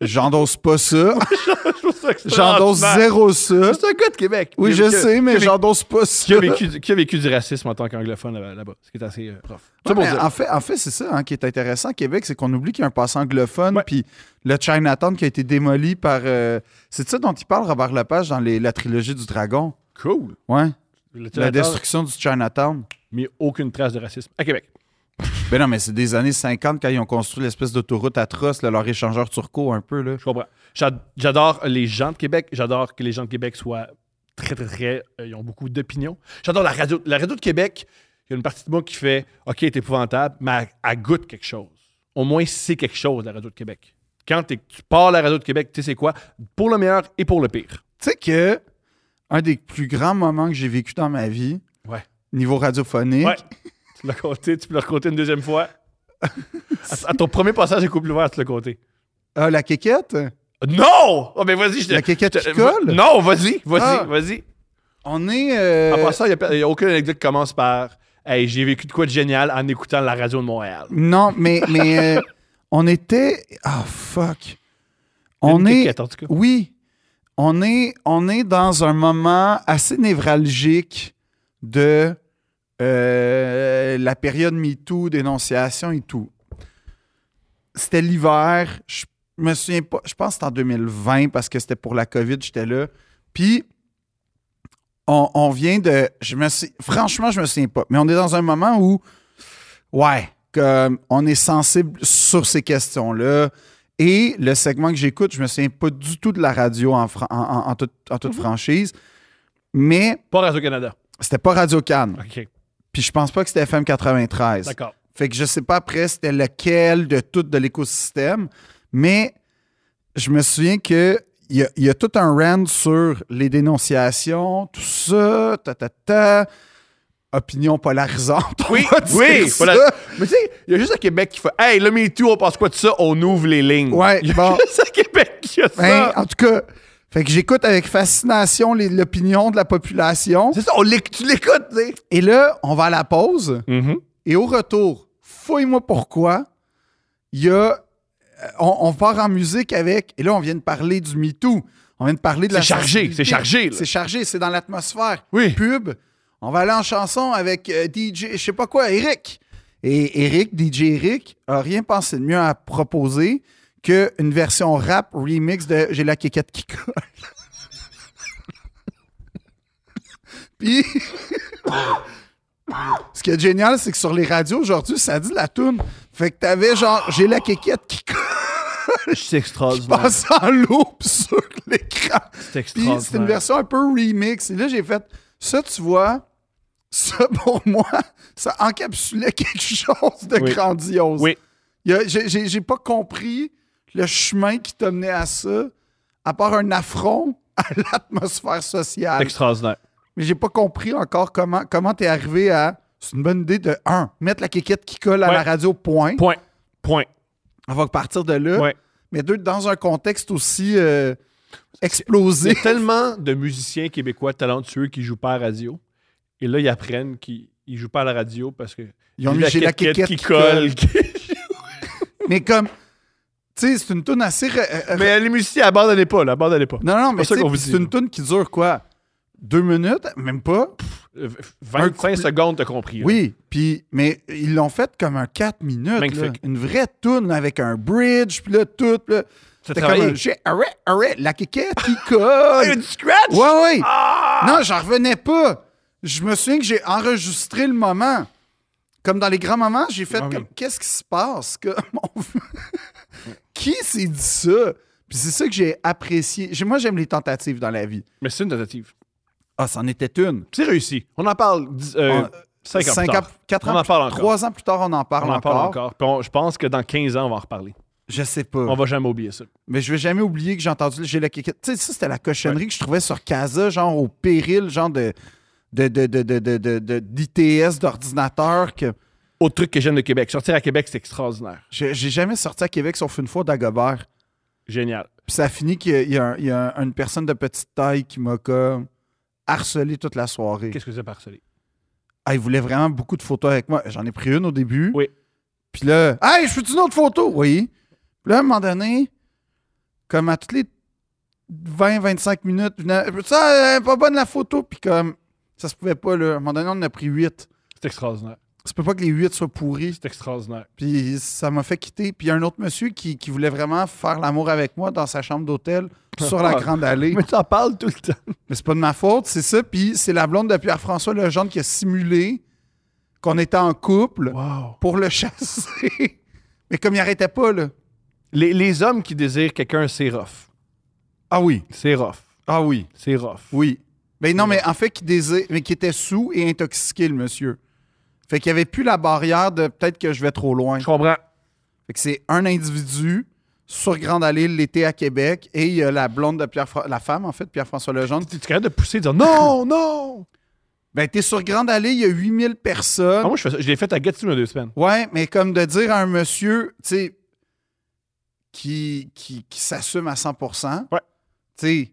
Speaker 2: J'endosse pas ça.
Speaker 1: Je trouve ça extraordinaire.
Speaker 2: J'endosse zéro ça.
Speaker 1: C'est un gars de Québec.
Speaker 2: Oui,
Speaker 1: Qui a-
Speaker 2: je
Speaker 1: qui a-
Speaker 2: sais, mais
Speaker 1: qui a-
Speaker 2: j'endosse pas ça.
Speaker 1: Qui a, vécu, du- qui a vécu du racisme en tant qu'anglophone là- là-bas, ce qui est assez euh, rough.
Speaker 2: Ouais,
Speaker 1: Ça pour
Speaker 2: mais
Speaker 1: dire.
Speaker 2: en fait, en fait c'est ça hein, qui est intéressant à Québec, c'est qu'on oublie qu'il y a un passé anglophone,
Speaker 1: Ouais.
Speaker 2: puis le Chinatown qui a été démoli par. euh, c'est de ça dont il parle Robert Lepage dans les- la trilogie du dragon.
Speaker 1: Cool.
Speaker 2: Ouais.
Speaker 1: Le
Speaker 2: La
Speaker 1: Chinatown
Speaker 2: destruction du Chinatown.
Speaker 1: mais aucune trace de racisme à Québec.
Speaker 2: Ben non, mais c'est des années 50 quand ils ont construit l'espèce d'autoroute atroce, là, leur échangeur turco un peu. Là.
Speaker 1: Je comprends. J'ad- J'adore les gens de Québec. J'adore que les gens de Québec soient très, très, très. euh, ils ont beaucoup d'opinions. J'adore la radio. La radio de Québec, il y a une partie de moi qui fait OK, t'es épouvantable, mais elle, elle goûte quelque chose. Au moins, c'est quelque chose, la radio de Québec. Quand t'es- tu pars la radio de Québec, tu sais c'est quoi? Pour le meilleur et pour le pire.
Speaker 2: Tu sais que un des plus grands moments que j'ai vécu dans ma vie,
Speaker 1: Ouais.
Speaker 2: niveau radiophonique,
Speaker 1: Ouais. tu l'as compté, tu peux le raconter une deuxième fois. à, à ton premier passage au couple ouvert, tu l'as compté.
Speaker 2: Ah, la quéquette,
Speaker 1: Non! Oh, mais vas-y, je te.
Speaker 2: la quéquette
Speaker 1: je te-
Speaker 2: qui colle.
Speaker 1: Non, vas-y, vas-y,
Speaker 2: Ah.
Speaker 1: vas-y.
Speaker 2: On est. euh,
Speaker 1: En passant, il n'y a, aucune anecdote qui commence par Hey, j'ai vécu de quoi de génial en écoutant la radio de Montréal.
Speaker 2: Non, mais, mais euh, on était. Ah, fuck. On
Speaker 1: Une
Speaker 2: est.
Speaker 1: quéquette, en tout cas.
Speaker 2: Oui. On est, on est dans un moment assez névralgique de euh, la période MeToo, dénonciation et tout. C'était l'hiver. Je me souviens pas. Je pense que c'était en 2020 parce que c'était pour la COVID, j'étais là. Puis, on, on vient de. Je me suis, franchement, je me souviens pas. Mais on est dans un moment où, ouais, comme on est sensible sur ces questions-là. Et le segment que j'écoute, je me souviens pas du tout de la radio en, fran- en, en- en toute, en
Speaker 1: Mhm.
Speaker 2: toute franchise. Mais
Speaker 1: Pas Radio-Canada.
Speaker 2: c'était pas Radio Cannes.
Speaker 1: OK,
Speaker 2: Puis je pense pas que c'était FM 93.
Speaker 1: d'accord.
Speaker 2: Fait que je sais pas après c'était lequel de tout de l'écosystème, mais je me souviens que il y, a- il y a tout un rant sur les dénonciations, tout ça, ta ta ta, opinion polarisante. on
Speaker 1: Oui,
Speaker 2: va dire
Speaker 1: oui,
Speaker 2: ça.
Speaker 1: voilà. Mais tu sais, il y a juste à Québec qui fait Hey, le MeToo, on pense quoi de ça On ouvre les lignes.
Speaker 2: Ouais,
Speaker 1: Il y a
Speaker 2: bon.
Speaker 1: juste à Québec qui a
Speaker 2: Ben,
Speaker 1: ça.
Speaker 2: en tout cas, fait que j'écoute avec fascination les- l'opinion de la population.
Speaker 1: C'est ça, on l'éc- tu l'écoutes, tu sais.
Speaker 2: Et là, on va à la pause.
Speaker 1: Mm-hmm.
Speaker 2: Et au retour, fouille-moi pourquoi, il y a. euh, On, on part en musique avec. Et là, on vient de parler du MeToo. On vient de parler de la.
Speaker 1: C'est chargé,
Speaker 2: sensibilité.
Speaker 1: c'est chargé, là.
Speaker 2: C'est chargé, c'est dans l'atmosphère.
Speaker 1: Oui.
Speaker 2: Pub. On va aller en chanson avec euh, DJ, je sais pas quoi, Eric. Et Eric, DJ Eric, a rien pensé de mieux à proposer qu'une version rap remix de J'ai la quéquette qui colle. Puis. Ce qui est génial, c'est que sur les radios aujourd'hui, ça dit la toune. Fait que t'avais genre, j'ai la quéquette qui
Speaker 1: C'est extraordinaire.
Speaker 2: passe en loop sur l'écran.
Speaker 1: C'est
Speaker 2: Puis
Speaker 1: extraordinaire.
Speaker 2: c'est une version un peu remix. Et là, j'ai fait, ça, tu vois, ça pour moi, ça encapsulait quelque chose de
Speaker 1: Oui.
Speaker 2: grandiose.
Speaker 1: Oui.
Speaker 2: Il y a- j'ai- J'ai j'ai pas compris le chemin qui t'a mené à ça, à part un affront à l'atmosphère sociale.
Speaker 1: Extraordinaire.
Speaker 2: Mais j'ai pas compris encore comment comment t'es arrivé à. C'est une bonne idée de un, mettre la quéquette qui colle à
Speaker 1: Ouais.
Speaker 2: la radio, point.
Speaker 1: Point. Point.
Speaker 2: On va partir de là.
Speaker 1: Ouais.
Speaker 2: Mais deux, dans un contexte aussi euh, explosé.
Speaker 1: Il y a tellement de musiciens québécois talentueux qui jouent pas à la radio. Et là, ils apprennent qu'ils ils jouent pas à la radio parce que.
Speaker 2: Ils ont mis j'ai la quéquette qui colle. Mais comme. Tu sais, c'est une toune assez. re- euh, re-
Speaker 1: Mais les musiciens, abandonnez pas, là, abandonnez pas.
Speaker 2: non, non, mais
Speaker 1: ça
Speaker 2: tu sais,
Speaker 1: qu'on vous
Speaker 2: puis
Speaker 1: dit,
Speaker 2: c'est une
Speaker 1: là.
Speaker 2: toune qui dure quoi? Deux minutes? Même pas?
Speaker 1: Euh,
Speaker 2: Un
Speaker 1: 25
Speaker 2: couplet.
Speaker 1: secondes, t'as compris. là.
Speaker 2: Oui, puis mais ils l'ont fait comme un 4 minutes. là.
Speaker 1: Magnifique.
Speaker 2: Une vraie toune là, avec un bridge, puis là, tout. Là.
Speaker 1: T'as
Speaker 2: C'était comme
Speaker 1: travaillé.
Speaker 2: un, j'ai- arrête, arrête, la quéquette qui
Speaker 1: Ah, il y a
Speaker 2: colle.
Speaker 1: du scratch!
Speaker 2: Ouais, ouais.
Speaker 1: Ah!
Speaker 2: Non, j'en revenais pas. Je me souviens que j'ai enregistré le moment. Comme dans les grands moments, j'ai fait
Speaker 1: Ah oui.
Speaker 2: comme qu'est-ce qui se passe Comme, on- Qui s'est dit ça Puis c'est ça que j'ai apprécié. J'ai- Moi, j'aime les tentatives dans la vie.
Speaker 1: Mais c'est une tentative.
Speaker 2: Ah, c'en était une.
Speaker 1: C'est réussi. On en parle 5 ans. plus
Speaker 2: Cinq
Speaker 1: tard.
Speaker 2: ans- quatre
Speaker 1: On
Speaker 2: ans,
Speaker 1: en parle encore.
Speaker 2: trois ans plus tard, on en parle
Speaker 1: on en
Speaker 2: encore.
Speaker 1: parle encore. Puis on- je pense que dans 15 ans, on va en reparler.
Speaker 2: Je sais pas.
Speaker 1: On va jamais oublier ça.
Speaker 2: Mais je vais jamais oublier que j'ai entendu le J'ai la quéquette. Tu sais, ça, c'était la cochonnerie que je trouvais sur Casa, genre au péril, genre de de- de- de- de- de- de- de- d'ITS, d'ordinateur. que...
Speaker 1: Autre truc que j'aime de Québec. Sortir à Québec, c'est extraordinaire.
Speaker 2: J'ai j'ai jamais sorti à Québec sauf une fois d'Agobert.
Speaker 1: Génial.
Speaker 2: Puis ça a fini qu'il y a- il y a, un- il y a un- une personne de petite taille qui m'a comme harcelé toute la soirée.
Speaker 1: Qu'est-ce que c'est harcelé?
Speaker 2: Ah, il voulait vraiment beaucoup de photos avec moi. J'en ai pris une au début.
Speaker 1: Oui.
Speaker 2: Puis là, hey, je fais une autre photo. Oui. Puis là, à un moment donné, comme à toutes les 20-25 minutes, je venais, ça, euh, pas bonne la photo. Puis comme, ça se pouvait pas, là. À un moment donné, on en a pris 8.
Speaker 1: C'est extraordinaire.
Speaker 2: Ça se peut pas que les 8 soient pourris.
Speaker 1: C'est extraordinaire.
Speaker 2: Puis ça m'a fait quitter. Puis il y a un autre monsieur qui, qui voulait vraiment faire l'amour avec moi dans sa chambre d'hôtel sur la Grande Allée.
Speaker 1: Mais t'en parles tout le temps.
Speaker 2: Mais c'est pas de ma faute, c'est ça. Puis c'est la blonde de Pierre-François Legendre qui a simulé qu'on était en couple
Speaker 1: Wow.
Speaker 2: pour le chasser. Mais comme il arrêtait pas, là.
Speaker 1: Les, les hommes qui désirent quelqu'un, c'est rough.
Speaker 2: Ah oui.
Speaker 1: C'est rough.
Speaker 2: Ah oui.
Speaker 1: C'est rough.
Speaker 2: Oui. Mais non, mais en fait, qui désir... mais qui était sous et intoxiqué, le monsieur. Fait qu'il n'y avait plus la barrière de peut-être que je vais trop loin.
Speaker 1: Je comprends.
Speaker 2: Fait que c'est un individu sur Grande Allée l'été à Québec et il y a la blonde de Pierre Fra- la femme en fait de Pierre-François Legendre.
Speaker 1: Tu es capable de pousser, de dire non, non.
Speaker 2: Ben t'es sur Grande Allée, il y a 8000
Speaker 1: Ah,
Speaker 2: personnes.
Speaker 1: moi, je fais ça. Je l'ai fait à Gatineau il y a deux semaines.
Speaker 2: Ouais, mais comme de dire à un monsieur, tu sais qui, qui, qui s'assume à 100%.
Speaker 1: Ouais.
Speaker 2: Tu sais,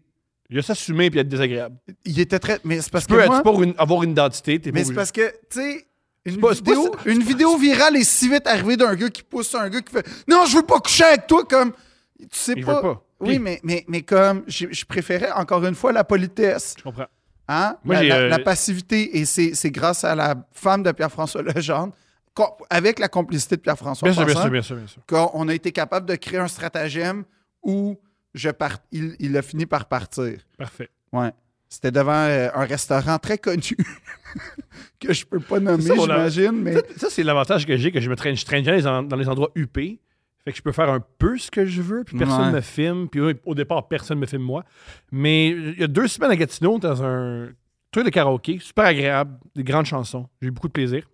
Speaker 1: Il y a s'assumer puis être désagréable.
Speaker 2: il était très mais c'est parce
Speaker 1: Tu peux
Speaker 2: que
Speaker 1: être-
Speaker 2: moi,
Speaker 1: pour une- avoir une identité, t'es pas
Speaker 2: mais c'est
Speaker 1: obligé.
Speaker 2: parce que tu sais une,
Speaker 1: pas- c'est pas-
Speaker 2: vidéo, une vidéo virale est si vite arrivée d'un gars qui pousse un gars qui fait Non, je veux pas coucher avec toi comme tu sais
Speaker 1: Il
Speaker 2: pas.
Speaker 1: veut pas.
Speaker 2: Oui,
Speaker 1: Puis-
Speaker 2: mais, mais, mais comme je, je préférais encore une fois la politesse,
Speaker 1: Je comprends.
Speaker 2: hein?
Speaker 1: Moi,
Speaker 2: la,
Speaker 1: j'ai,
Speaker 2: la-
Speaker 1: euh,
Speaker 2: la passivité, et c'est c'est grâce à la femme de Pierre-François Legendre, qu'on- avec la complicité de Pierre-François
Speaker 1: Bien sûr, bien
Speaker 2: Passant,
Speaker 1: sûr, bien sûr, bien sûr.
Speaker 2: qu'on a été capable de créer un stratagème où je part- il, il a fini par partir.
Speaker 1: Parfait.
Speaker 2: Ouais. C'était devant euh, un restaurant très connu que je peux pas nommer,
Speaker 1: C'est ça, mon ami.
Speaker 2: j'imagine, mais
Speaker 1: Ça, ça, c'est l'avantage que j'ai, que je me traîne, je traîne jamais dans, dans les endroits huppés. Fait que je peux faire un peu ce que je veux, puis personne
Speaker 2: Ouais.
Speaker 1: me filme. Puis oui, au départ, personne me filme moi. Mais il y a deux semaines à Gatineau, dans un truc de karaoké, super agréable, des grandes chansons. J'ai eu beaucoup de plaisir.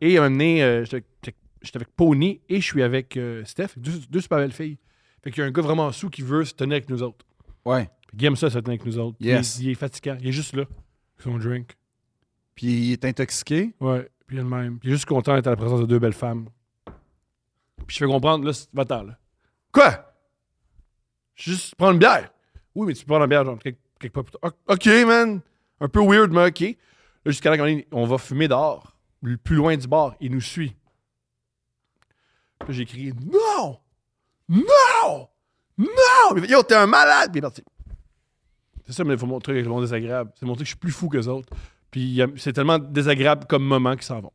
Speaker 1: Et à un moment donné, euh, j'étais j'étais avec Pony et je suis avec euh, Steph, deux, deux super belles filles. Fait qu'il y a un gars vraiment sous qui veut se tenir avec nous autres.
Speaker 2: Ouais.
Speaker 1: Puis il aime ça, se tenir avec nous autres.
Speaker 2: Yes.
Speaker 1: Il, il est fatigant. Il est juste là. Son drink.
Speaker 2: Puis il est intoxiqué.
Speaker 1: Ouais, puis il est le même. Puis il est juste content d'être à la présence de deux belles femmes. Puis je fais comprendre, là, c'est- va-t'en, là. Quoi? Juste prendre une bière. Oui, mais tu prends la bière, genre, quelque, quelque part plus tard. O- OK, man. Un peu weird, mais OK. Là, jusqu'à là, on va fumer dehors, le plus loin du bar. Il nous suit. Puis là, j'ai crié, non! Non! Non! Il fait, Yo, t'es un malade! Puis il est parti. C'est ça, mais il faut montrer avec le monde désagréable. C'est montrer que je suis plus fou qu'eux autres. Puis il y a- c'est tellement désagréable comme moment qu'ils s'en vont.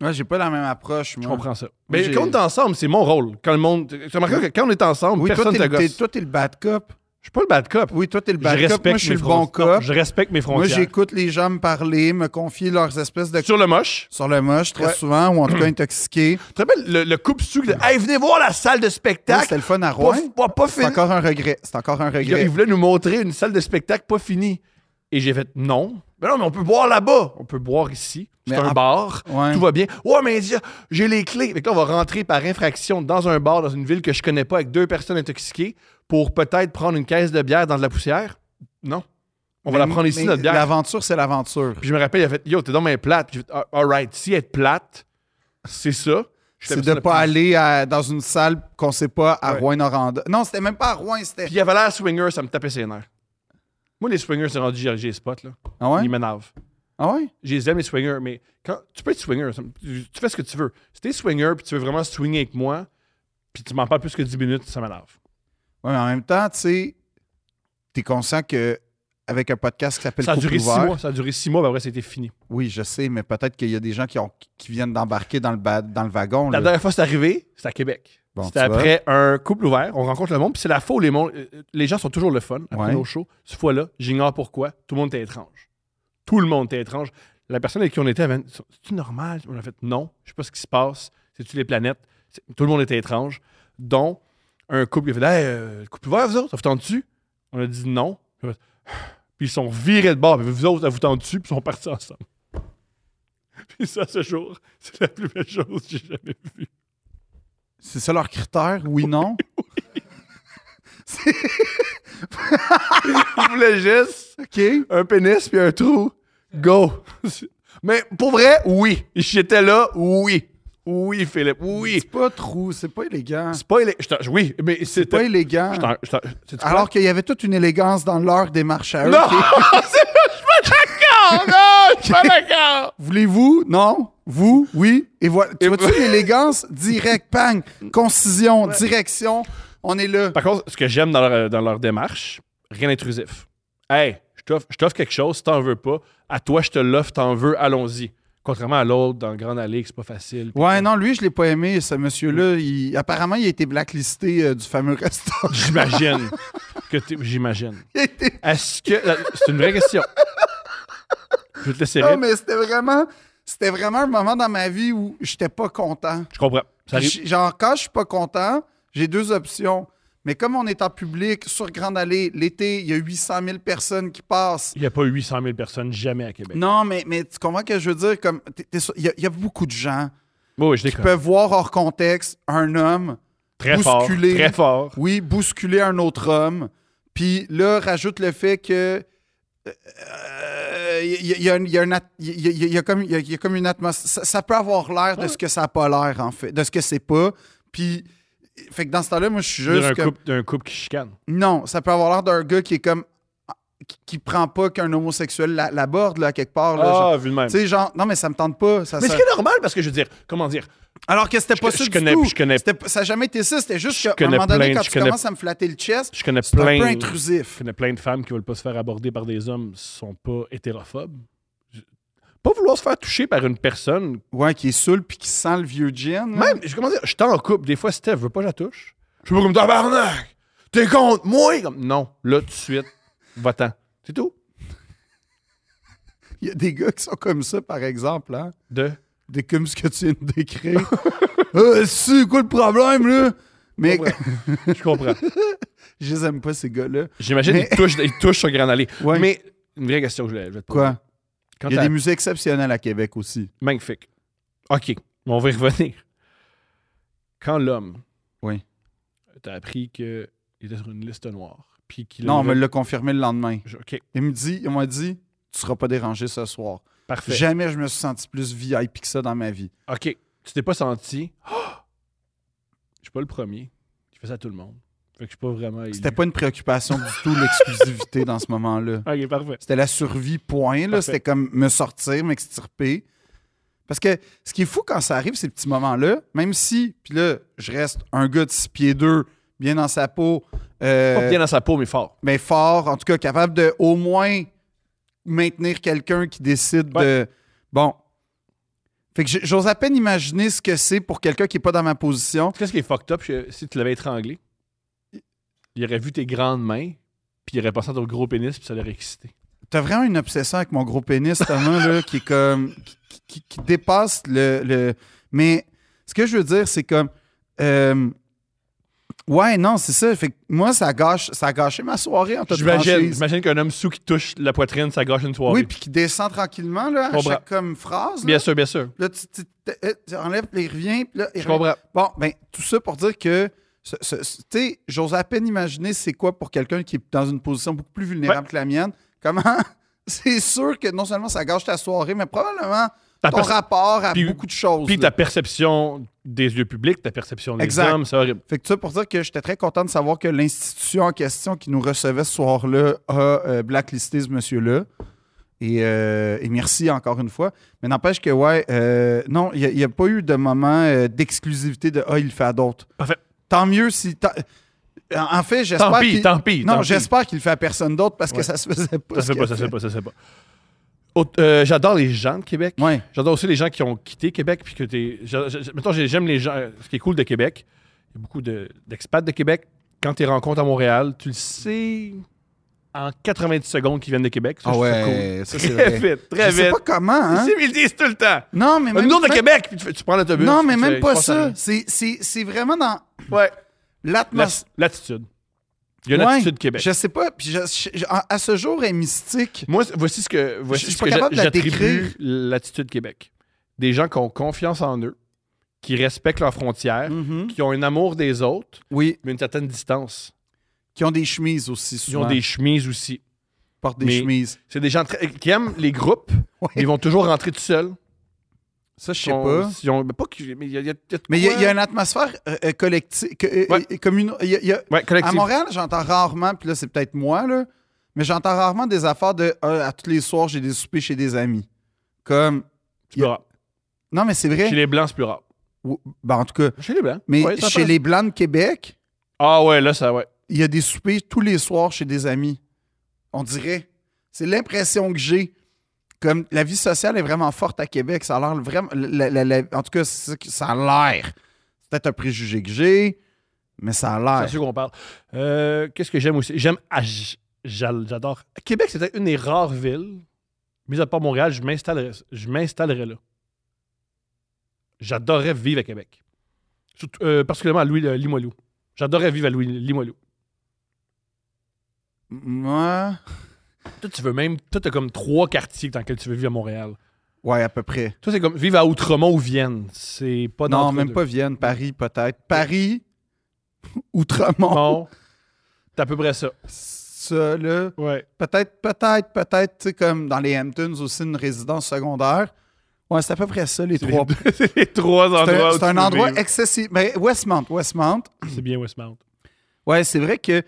Speaker 2: Ouais, j'ai pas la même approche, moi.
Speaker 1: Je comprends ça. Mais
Speaker 2: j'ai-
Speaker 1: quand on est ensemble, c'est mon rôle. Quand le monde. Tu as remarqué que quand on est ensemble,
Speaker 2: Oui, toi,
Speaker 1: personne
Speaker 2: t'es
Speaker 1: te
Speaker 2: le- t'es-
Speaker 1: gosse.
Speaker 2: toi, t'es le bad cop.
Speaker 1: Je suis pas le bad cop.
Speaker 2: Oui, toi, t'es le
Speaker 1: je
Speaker 2: bad
Speaker 1: respecte
Speaker 2: cop. Moi, je suis
Speaker 1: mes
Speaker 2: le bon
Speaker 1: frontières. Non,
Speaker 2: cop.
Speaker 1: je respecte mes
Speaker 2: Moi,
Speaker 1: frontières.
Speaker 2: j'écoute les gens me parler, me confier leurs espèces de...
Speaker 1: Sur le moche.
Speaker 2: Sur le moche, très
Speaker 1: Ouais.
Speaker 2: souvent, ou en tout cas intoxiqué.
Speaker 1: Tu te rappelles le, le couple sucre de Hey, venez voir la salle de
Speaker 2: Ouais,
Speaker 1: spectacle.
Speaker 2: C'était le fun à
Speaker 1: pas,
Speaker 2: Rouen.
Speaker 1: pas, pas
Speaker 2: C'est
Speaker 1: fini.
Speaker 2: encore un regret. C'est encore un
Speaker 1: Il, il
Speaker 2: regret.
Speaker 1: voulait nous montrer une salle de spectacle pas finie. Et j'ai fait non. Mais non, mais on peut boire là-bas. On peut boire ici. C'est
Speaker 2: Mais
Speaker 1: un
Speaker 2: en-
Speaker 1: bar.
Speaker 2: Ouais.
Speaker 1: Tout va bien. Ouais, mais j'ai- j'ai les clés. Fait que là, on va rentrer par infraction dans un bar, dans une ville que je connais pas, avec deux personnes intoxiquées, pour peut-être prendre une caisse de bière dans de la poussière. Non. On va la
Speaker 2: Mais-
Speaker 1: prendre ici,
Speaker 2: mais
Speaker 1: notre bière.
Speaker 2: L'aventure, c'est l'aventure.
Speaker 1: Puis je me rappelle, il a fait Yo, t'es dans mes plates. Puis j'ai fait ah, All right, si être plate, c'est ça. Je fais
Speaker 2: C'est
Speaker 1: ça
Speaker 2: de pas
Speaker 1: depuis-
Speaker 2: aller à- dans une salle qu'on sait pas à
Speaker 1: Ouais.
Speaker 2: Rouen-Noranda. Non, c'était même pas à Rouen, c'était...
Speaker 1: Puis il avait l'air swingers, ça me tapait ses nerfs. Moi, les swingers, c'est rendu j'ai les spots, là.
Speaker 2: Ah ouais?
Speaker 1: Ils m'énervent.
Speaker 2: Ah ouais?
Speaker 1: je les aime les swingers, mais quand tu peux être swinger, ça me- tu tu fais ce que tu veux. Si t'es swinger puis tu veux vraiment swinger avec moi, puis tu m'en parles plus que 10 minutes, ça m'énerve.
Speaker 2: Ouais, mais en même temps, tu sais, t'es conscient que avec un podcast qui s'appelle
Speaker 1: Ça a
Speaker 2: Couple
Speaker 1: duré 6
Speaker 2: ouvert-
Speaker 1: mois, ça a duré 6 mois, ben après c'était fini.
Speaker 2: Oui, je sais, mais peut-être qu'il y a des gens qui, ont, qui viennent d'embarquer dans le, ba- dans le wagon.
Speaker 1: La
Speaker 2: là.
Speaker 1: dernière fois que c'est arrivé, c'était à Québec.
Speaker 2: Bon,
Speaker 1: c'était
Speaker 2: tu vois.
Speaker 1: après un couple ouvert, on rencontre le monde, puis c'est la fois où les, mon- euh, les gens sont toujours le fun après
Speaker 2: Ouais.
Speaker 1: nos shows. Cette fois-là, j'ignore pourquoi, tout le monde était étrange. Tout le monde était étrange. La personne avec qui on était, elle avait- c'est-tu normal? On a fait non, je sais pas ce qui se passe, c'est-tu les planètes? C'est- Tout le monde était étrange. Dont un couple qui a fait Hey, euh, couple ouvert, vous autres, ça vous tente dessus? On a dit non. Puis on a fait, Puis ils sont virés de bord, puis vous autres, ça vous tente dessus, puis ils sont partis ensemble. Puis ça, ce jour, c'est la plus belle chose que j'ai jamais vue.
Speaker 2: C'est ça leur critère? Oui, non?
Speaker 1: Il voulait juste
Speaker 2: OK.
Speaker 1: un pénis puis un trou. Go! Mais pour vrai, oui. J'étais là, oui. Oui, Philippe, oui.
Speaker 2: C'est pas trop, c'est pas élégant.
Speaker 1: C'est pas élé- je t'en- Oui, mais
Speaker 2: C'est pas
Speaker 1: c'était...
Speaker 2: élégant.
Speaker 1: je t'en- je t'en- sais-tu
Speaker 2: Alors qu'il y avait toute une élégance dans leur démarche à eux.
Speaker 1: quoi? Non!
Speaker 2: qui-
Speaker 1: c'est- Je suis pas d'accord! Non! Je suis pas d'accord!
Speaker 2: Voulez-vous? Non? Vous? Oui? Et voilà. Tu
Speaker 1: Et
Speaker 2: vois-tu
Speaker 1: voilà.
Speaker 2: l'élégance? Direct, bang! Concision, direction. On est là.
Speaker 1: Par contre, ce que j'aime dans leur, dans leur démarche, rien d'intrusif. Hey, je t'offre je t'offre quelque chose, si t'en veux pas, à toi, je te l'offre, t'en veux, allons-y. Contrairement à l'autre, dans Grande Allée, que c'est pas facile.
Speaker 2: Ouais, non, lui, je l'ai pas aimé, ce monsieur-là. Il- Apparemment, il a été blacklisté euh, du fameux restaurant.
Speaker 1: J'imagine. que t'es- J'imagine.
Speaker 2: Il a été
Speaker 1: Est-ce que. la- C'est une vraie question. Je vais te laisser
Speaker 2: Non,
Speaker 1: rire.
Speaker 2: mais c'était vraiment, c'était vraiment un moment dans ma vie où j'étais pas content.
Speaker 1: Je comprends. Ça arrive.
Speaker 2: J- Genre, quand je suis pas content, j'ai deux options. Mais comme on est en public, sur Grande Allée, l'été, il y a 800 000 personnes qui passent.
Speaker 1: Il n'y a pas 800 000 personnes jamais à Québec.
Speaker 2: Non, mais, mais tu comprends ce que je veux dire? Comme, t'es- t'es sûr- il, y a, il y a beaucoup de gens
Speaker 1: Oui, oui, je
Speaker 2: qui
Speaker 1: déconne.
Speaker 2: peuvent voir hors contexte un homme,
Speaker 1: Très fort.
Speaker 2: bousculer.
Speaker 1: Très fort.
Speaker 2: oui, bousculer un autre homme. Puis là, rajoute le fait que. euh, Il y, a- il y a une- il y a une at- il y a- il y a comme il y a- il y a comme une atmosphère. Ça, ça peut avoir l'air de ce que ça n'a pas l'air, en fait, de ce que c'est pas. Puis, fait que dans ce temps-là, moi, je suis
Speaker 1: Dire un
Speaker 2: juste. comme-
Speaker 1: couple, d'un couple qui chicane.
Speaker 2: non, ça peut avoir l'air d'un gars qui est comme. qui, qui prend pas qu'un homosexuel la- l'aborde, là, quelque part. là, genre-
Speaker 1: Ah, vu le même.
Speaker 2: Tu sais, genre, non, mais ça me tente pas. Ça,
Speaker 1: Mais
Speaker 2: ça-
Speaker 1: ce qui est normal, parce que je veux dire, comment dire,
Speaker 2: Alors que c'était pas
Speaker 1: je
Speaker 2: ça du
Speaker 1: connais-
Speaker 2: tout.
Speaker 1: je connais-
Speaker 2: C'était pas- Ça n'a jamais été ça. C'était juste
Speaker 1: Je
Speaker 2: qu'à un moment
Speaker 1: connais
Speaker 2: donné,
Speaker 1: plein-
Speaker 2: quand
Speaker 1: je
Speaker 2: tu
Speaker 1: connais-
Speaker 2: commences à me flatter le chest,
Speaker 1: je connais
Speaker 2: c'est un peu
Speaker 1: plein, je
Speaker 2: intrusif.
Speaker 1: connais plein de femmes qui veulent pas se faire aborder par des hommes, sont pas hétérophobes. Je- Pas vouloir se faire toucher par une personne.
Speaker 2: Ouais, qui est saoul puis qui sent le vieux gin. là.
Speaker 1: Même, je comment dire, je t'en couple. Des fois, Steph veut pas que je la touche. Je suis pas comme tabarnak. T'es contre moi. Comme, non, là, tout de suite, va-t'en. C'est tout.
Speaker 2: Il y a des gars qui sont comme ça, par exemple, hein.
Speaker 1: De.
Speaker 2: Des comme ce que tu viens de décrire. euh, c'est quoi le problème, là? Mais
Speaker 1: Je comprends.
Speaker 2: je les aime pas, ces gars-là.
Speaker 1: J'imagine
Speaker 2: Mais-
Speaker 1: qu'ils touchent il touche sur Grand Allée.
Speaker 2: Ouais.
Speaker 1: Mais une vraie question que je voulais je vais te poser.
Speaker 2: Quoi?
Speaker 1: Quand
Speaker 2: Il y a
Speaker 1: t'as-
Speaker 2: des musées exceptionnels à Québec aussi.
Speaker 1: Magnifique. OK, on va y revenir. Quand l'homme
Speaker 2: Oui.
Speaker 1: t'a appris qu'il était sur une liste noire, puis qu'il
Speaker 2: Non, on me
Speaker 1: avait-
Speaker 2: l'a confirmé le lendemain.
Speaker 1: Je- OK,
Speaker 2: Il me dit, on m'a dit, tu seras pas dérangé ce soir.
Speaker 1: parfait.
Speaker 2: Jamais je me suis senti plus VIP que ça dans ma vie.
Speaker 1: OK, tu t'es pas senti. Ah! Je suis pas le premier. Je fais ça à tout le monde. Fait que je suis pas vraiment. élu.
Speaker 2: C'était pas une préoccupation du tout, l'exclusivité dans ce moment-là.
Speaker 1: OK, parfait.
Speaker 2: C'était la survie, point. Là.
Speaker 1: Parfait.
Speaker 2: C'était comme me sortir, m'extirper. Parce que ce qui est fou quand ça arrive, ces petits moments-là, même si, puis là, je reste un gars de 6 pieds 2, bien dans sa peau, euh,
Speaker 1: Pas bien dans sa peau, mais fort.
Speaker 2: mais fort, en tout cas, capable de au moins maintenir quelqu'un qui décide de. Bon. Fait que j'- j'ose à peine imaginer ce que c'est pour quelqu'un qui n'est pas dans ma position.
Speaker 1: Qu'est-ce qui est fucked up je- si tu l'avais étranglé? Il aurait vu tes grandes mains, puis il aurait pensé à ton gros pénis, puis ça l'aurait excité.
Speaker 2: T'as vraiment une obsession avec mon gros pénis, Thomas, là, qui est comme. qui, qui- qui dépasse le, le- Mais ce que je veux dire, c'est comme. euh, Ouais, non, c'est ça. Fait que moi, ça gâche, ça a gâché ma soirée en toute
Speaker 1: J'imagine
Speaker 2: franchise.
Speaker 1: j'imagine qu'un homme sous qui touche la poitrine, ça gâche une soirée.
Speaker 2: Oui, puis qui descend tranquillement, là, à
Speaker 1: Comprends.
Speaker 2: chaque comme phrase. Là,
Speaker 1: bien sûr, bien sûr.
Speaker 2: Là, tu, tu- tu- euh, tu enlèves, puis il revient, puis là, il
Speaker 1: Je
Speaker 2: revient.
Speaker 1: comprends.
Speaker 2: Bon, ben, tout ça pour dire que, ce- ce- ce- tu sais, j'ose à peine imaginer c'est quoi pour quelqu'un qui est dans une position beaucoup plus vulnérable que la mienne. Comment? C'est sûr que non seulement ça gâche ta soirée, mais probablement
Speaker 1: Ta
Speaker 2: ton
Speaker 1: pers-
Speaker 2: rapport à
Speaker 1: Puis-
Speaker 2: beaucoup de choses.
Speaker 1: Puis
Speaker 2: là.
Speaker 1: ta perception des yeux publics, ta perception des
Speaker 2: Exact.
Speaker 1: hommes, c'est horrible.
Speaker 2: Fait que tout ça pour dire que j'étais très content de savoir que l'institution en question qui nous recevait ce soir-là a euh, blacklisté ce monsieur-là. Et, euh, et merci encore une fois. Mais n'empêche que, ouais, euh, non, il n'y a, pas eu de moment euh, d'exclusivité de Ah, il le fait à d'autres.
Speaker 1: Parfait.
Speaker 2: Tant mieux si. ta- En en fait, j'espère.
Speaker 1: Tant pis,
Speaker 2: qu'il-
Speaker 1: tant pis. tant
Speaker 2: Non,
Speaker 1: pis.
Speaker 2: j'espère qu'il le fait à personne d'autre parce que
Speaker 1: Ouais.
Speaker 2: ça se faisait pas.
Speaker 1: Ça se
Speaker 2: ce
Speaker 1: fait
Speaker 2: qu'il
Speaker 1: pas,
Speaker 2: a
Speaker 1: ça se
Speaker 2: fait.
Speaker 1: fait pas, ça se fait pas. Autre- euh, J'adore les gens de Québec.
Speaker 2: Ouais.
Speaker 1: J'adore aussi les gens qui ont quitté Québec. Puis que t'es. j'a- j'a- Mettons, j'ai- j'aime les gens. Ce qui est cool de Québec, il y a beaucoup de- d'expats de, Québec. Quand tu les rencontres à Montréal, tu le sais en 90 secondes qu'ils viennent de Québec. Ça,
Speaker 2: Ah
Speaker 1: je trouve ça
Speaker 2: ouais,
Speaker 1: cool.
Speaker 2: ça, c'est
Speaker 1: Très
Speaker 2: vrai.
Speaker 1: vite, très
Speaker 2: Je sais
Speaker 1: vite.
Speaker 2: pas comment, hein?
Speaker 1: Ils le disent tout le temps.
Speaker 2: Non, mais même.
Speaker 1: Nous autres de
Speaker 2: même-
Speaker 1: Québec, puis tu, fais- tu prends l'autobus.
Speaker 2: Non, mais
Speaker 1: tu
Speaker 2: même
Speaker 1: fais-
Speaker 2: pas
Speaker 1: tu passes à
Speaker 2: ça.
Speaker 1: rien.
Speaker 2: C'est- C'est c'est vraiment dans
Speaker 1: Ouais.
Speaker 2: l'atmosphère.
Speaker 1: L'at- L'attitude. Il y a une
Speaker 2: Ouais,
Speaker 1: attitude Québec.
Speaker 2: Je sais pas. Puis je- je- je- à à ce jour, elle est mystique.
Speaker 1: Moi, c'est- voici ce que, voici
Speaker 2: Je- je suis
Speaker 1: ce
Speaker 2: pas
Speaker 1: que
Speaker 2: capable de
Speaker 1: j'a-
Speaker 2: la
Speaker 1: j'attribue
Speaker 2: décrire.
Speaker 1: l'attitude Québec. Des gens qui ont confiance en eux, qui respectent leurs frontières,
Speaker 2: Mm.
Speaker 1: qui ont un amour des autres,
Speaker 2: Oui.
Speaker 1: mais une certaine distance.
Speaker 2: Qui ont des chemises aussi
Speaker 1: Ils
Speaker 2: souvent.
Speaker 1: ont des chemises aussi.
Speaker 2: portent des
Speaker 1: mais-
Speaker 2: chemises.
Speaker 1: C'est des gens très- qui aiment les groupes,
Speaker 2: Ouais.
Speaker 1: mais ils vont toujours rentrer tout seuls.
Speaker 2: Ça, je sais
Speaker 1: Ils ont-
Speaker 2: pas.
Speaker 1: ils ont- mais pas qu'ils- mais il y a- il y a- il y a de
Speaker 2: Mais il y, a-
Speaker 1: quoi-
Speaker 2: il y a une atmosphère euh, collective.
Speaker 1: Ouais.
Speaker 2: euh,
Speaker 1: Ouais, collectif.
Speaker 2: À Montréal, j'entends rarement, puis là, c'est peut-être moi, là, mais j'entends rarement des affaires de Ah, à tous les soirs, j'ai des soupers chez des amis. Comme.
Speaker 1: c'est plus rare.
Speaker 2: Non, mais c'est vrai.
Speaker 1: Chez les Blancs, c'est plus rare.
Speaker 2: Ou- ben, en tout cas.
Speaker 1: Chez les Blancs.
Speaker 2: Mais
Speaker 1: Ouais, ça
Speaker 2: chez
Speaker 1: passe.
Speaker 2: les Blancs de Québec,
Speaker 1: Ah ouais, là, ça, ouais.
Speaker 2: il y a des soupers tous les soirs chez des amis. On dirait. C'est l'impression que j'ai. Comme la vie sociale est vraiment forte à Québec, ça a l'air vraiment. la- la- la- en tout cas, c'est ça que- ça a l'air. C'est peut-être un préjugé que j'ai, mais ça a
Speaker 1: C'est
Speaker 2: l'air.
Speaker 1: sûr qu'on parle. Euh, Qu'est-ce que j'aime aussi? J'aime. ah, j- j'a- J'adore. Québec, c'était une des rares villes, mis à part Montréal, je m'installerais, je m'installerais là. J'adorerais vivre à Québec. Surtout, euh, particulièrement à Louis le- Limoilou. J'adorerais vivre à Louis Limoilou.
Speaker 2: Moi.
Speaker 1: Toi, tu veux même. Toi, t'as comme trois quartiers dans lesquels tu veux vivre à Montréal.
Speaker 2: Ouais, à peu près.
Speaker 1: Toi, c'est comme vivre à Outremont ou Vienne. C'est pas dans
Speaker 2: non, même pas Vienne, Paris peut-être. Paris, Outremont.
Speaker 1: Non. T'as à peu près ça.
Speaker 2: Ça, là.
Speaker 1: Ouais.
Speaker 2: Peut-être, peut-être, peut-être, tu sais, comme dans les Hamptons aussi, une résidence secondaire. Ouais, c'est à peu près ça, les
Speaker 1: C'est
Speaker 2: trois.
Speaker 1: les- c'est les trois endroits.
Speaker 2: C'est un-
Speaker 1: où
Speaker 2: c'est
Speaker 1: tu
Speaker 2: un
Speaker 1: veux
Speaker 2: endroit
Speaker 1: vivre.
Speaker 2: excessif. Ben, Westmount, Westmount.
Speaker 1: C'est bien Westmount.
Speaker 2: Ouais, c'est vrai que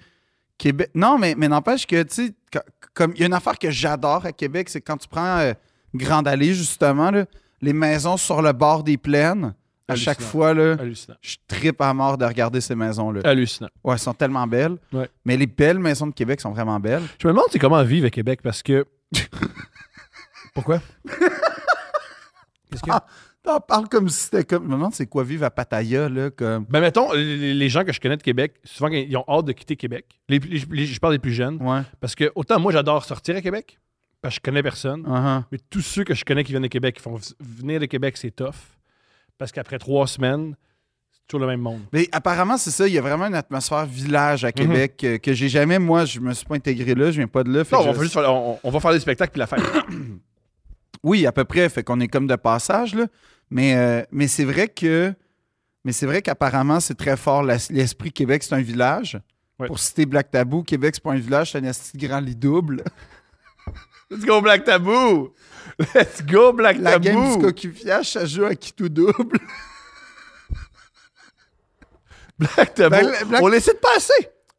Speaker 2: Québec. Non, mais, mais n'empêche que, tu sais, co- comme il y a une affaire que j'adore à Québec, c'est quand tu prends euh, Grande Allée, justement, là, les maisons sur le bord des plaines, à chaque
Speaker 1: Hallucinant.
Speaker 2: fois, là,
Speaker 1: Hallucinant.
Speaker 2: je tripe à mort de regarder ces maisons-là.
Speaker 1: Hallucinant.
Speaker 2: Ouais, elles sont tellement belles.
Speaker 1: Euh. Ouais.
Speaker 2: Mais les belles maisons de Québec sont vraiment belles.
Speaker 1: Je me demande c'est comment vivre à Québec parce que. Pourquoi? Qu'est-ce que-
Speaker 2: Ah. T'en parles comme si c'était comme. Je me demande c'est quoi vivre à Pattaya, là, comme.
Speaker 1: Ben, mettons, les les gens que je connais de Québec, souvent, ils ont hâte de quitter Québec. Les- les- les- je parle des plus jeunes.
Speaker 2: Ouais.
Speaker 1: Parce que, autant moi, j'adore sortir à Québec, parce que je connais personne.
Speaker 2: Uh-huh.
Speaker 1: Mais tous ceux que je connais qui viennent de Québec, qui font v- venir de Québec, c'est tough. Parce qu'après trois semaines, c'est toujours le même monde.
Speaker 2: Mais apparemment, c'est ça. Il y a vraiment une atmosphère village à Québec euh, que, j'ai jamais. Moi, je me suis pas intégré là. Je viens pas de là. fait
Speaker 1: Mhm. Non,
Speaker 2: que
Speaker 1: on
Speaker 2: je-
Speaker 1: va, juste faire, on, on va faire des spectacles puis la fête.
Speaker 2: Oui, à peu près. Fait qu'on est comme de passage là. Mais, euh, mais c'est vrai que. Mais c'est vrai qu'apparemment, c'est très fort. la- L'esprit Québec, c'est un village.
Speaker 1: Ouais.
Speaker 2: Pour citer Black Tabou, Québec, c'est pas un village, c'est un esti de grand lit double.
Speaker 1: Let's go, Black Tabou! Let's go, Black
Speaker 2: La
Speaker 1: Tabou!
Speaker 2: game du cocufiage, ça joue à qui tout double.
Speaker 1: Black Tabou.
Speaker 2: Ben, le- Black-
Speaker 1: On laissait de passer!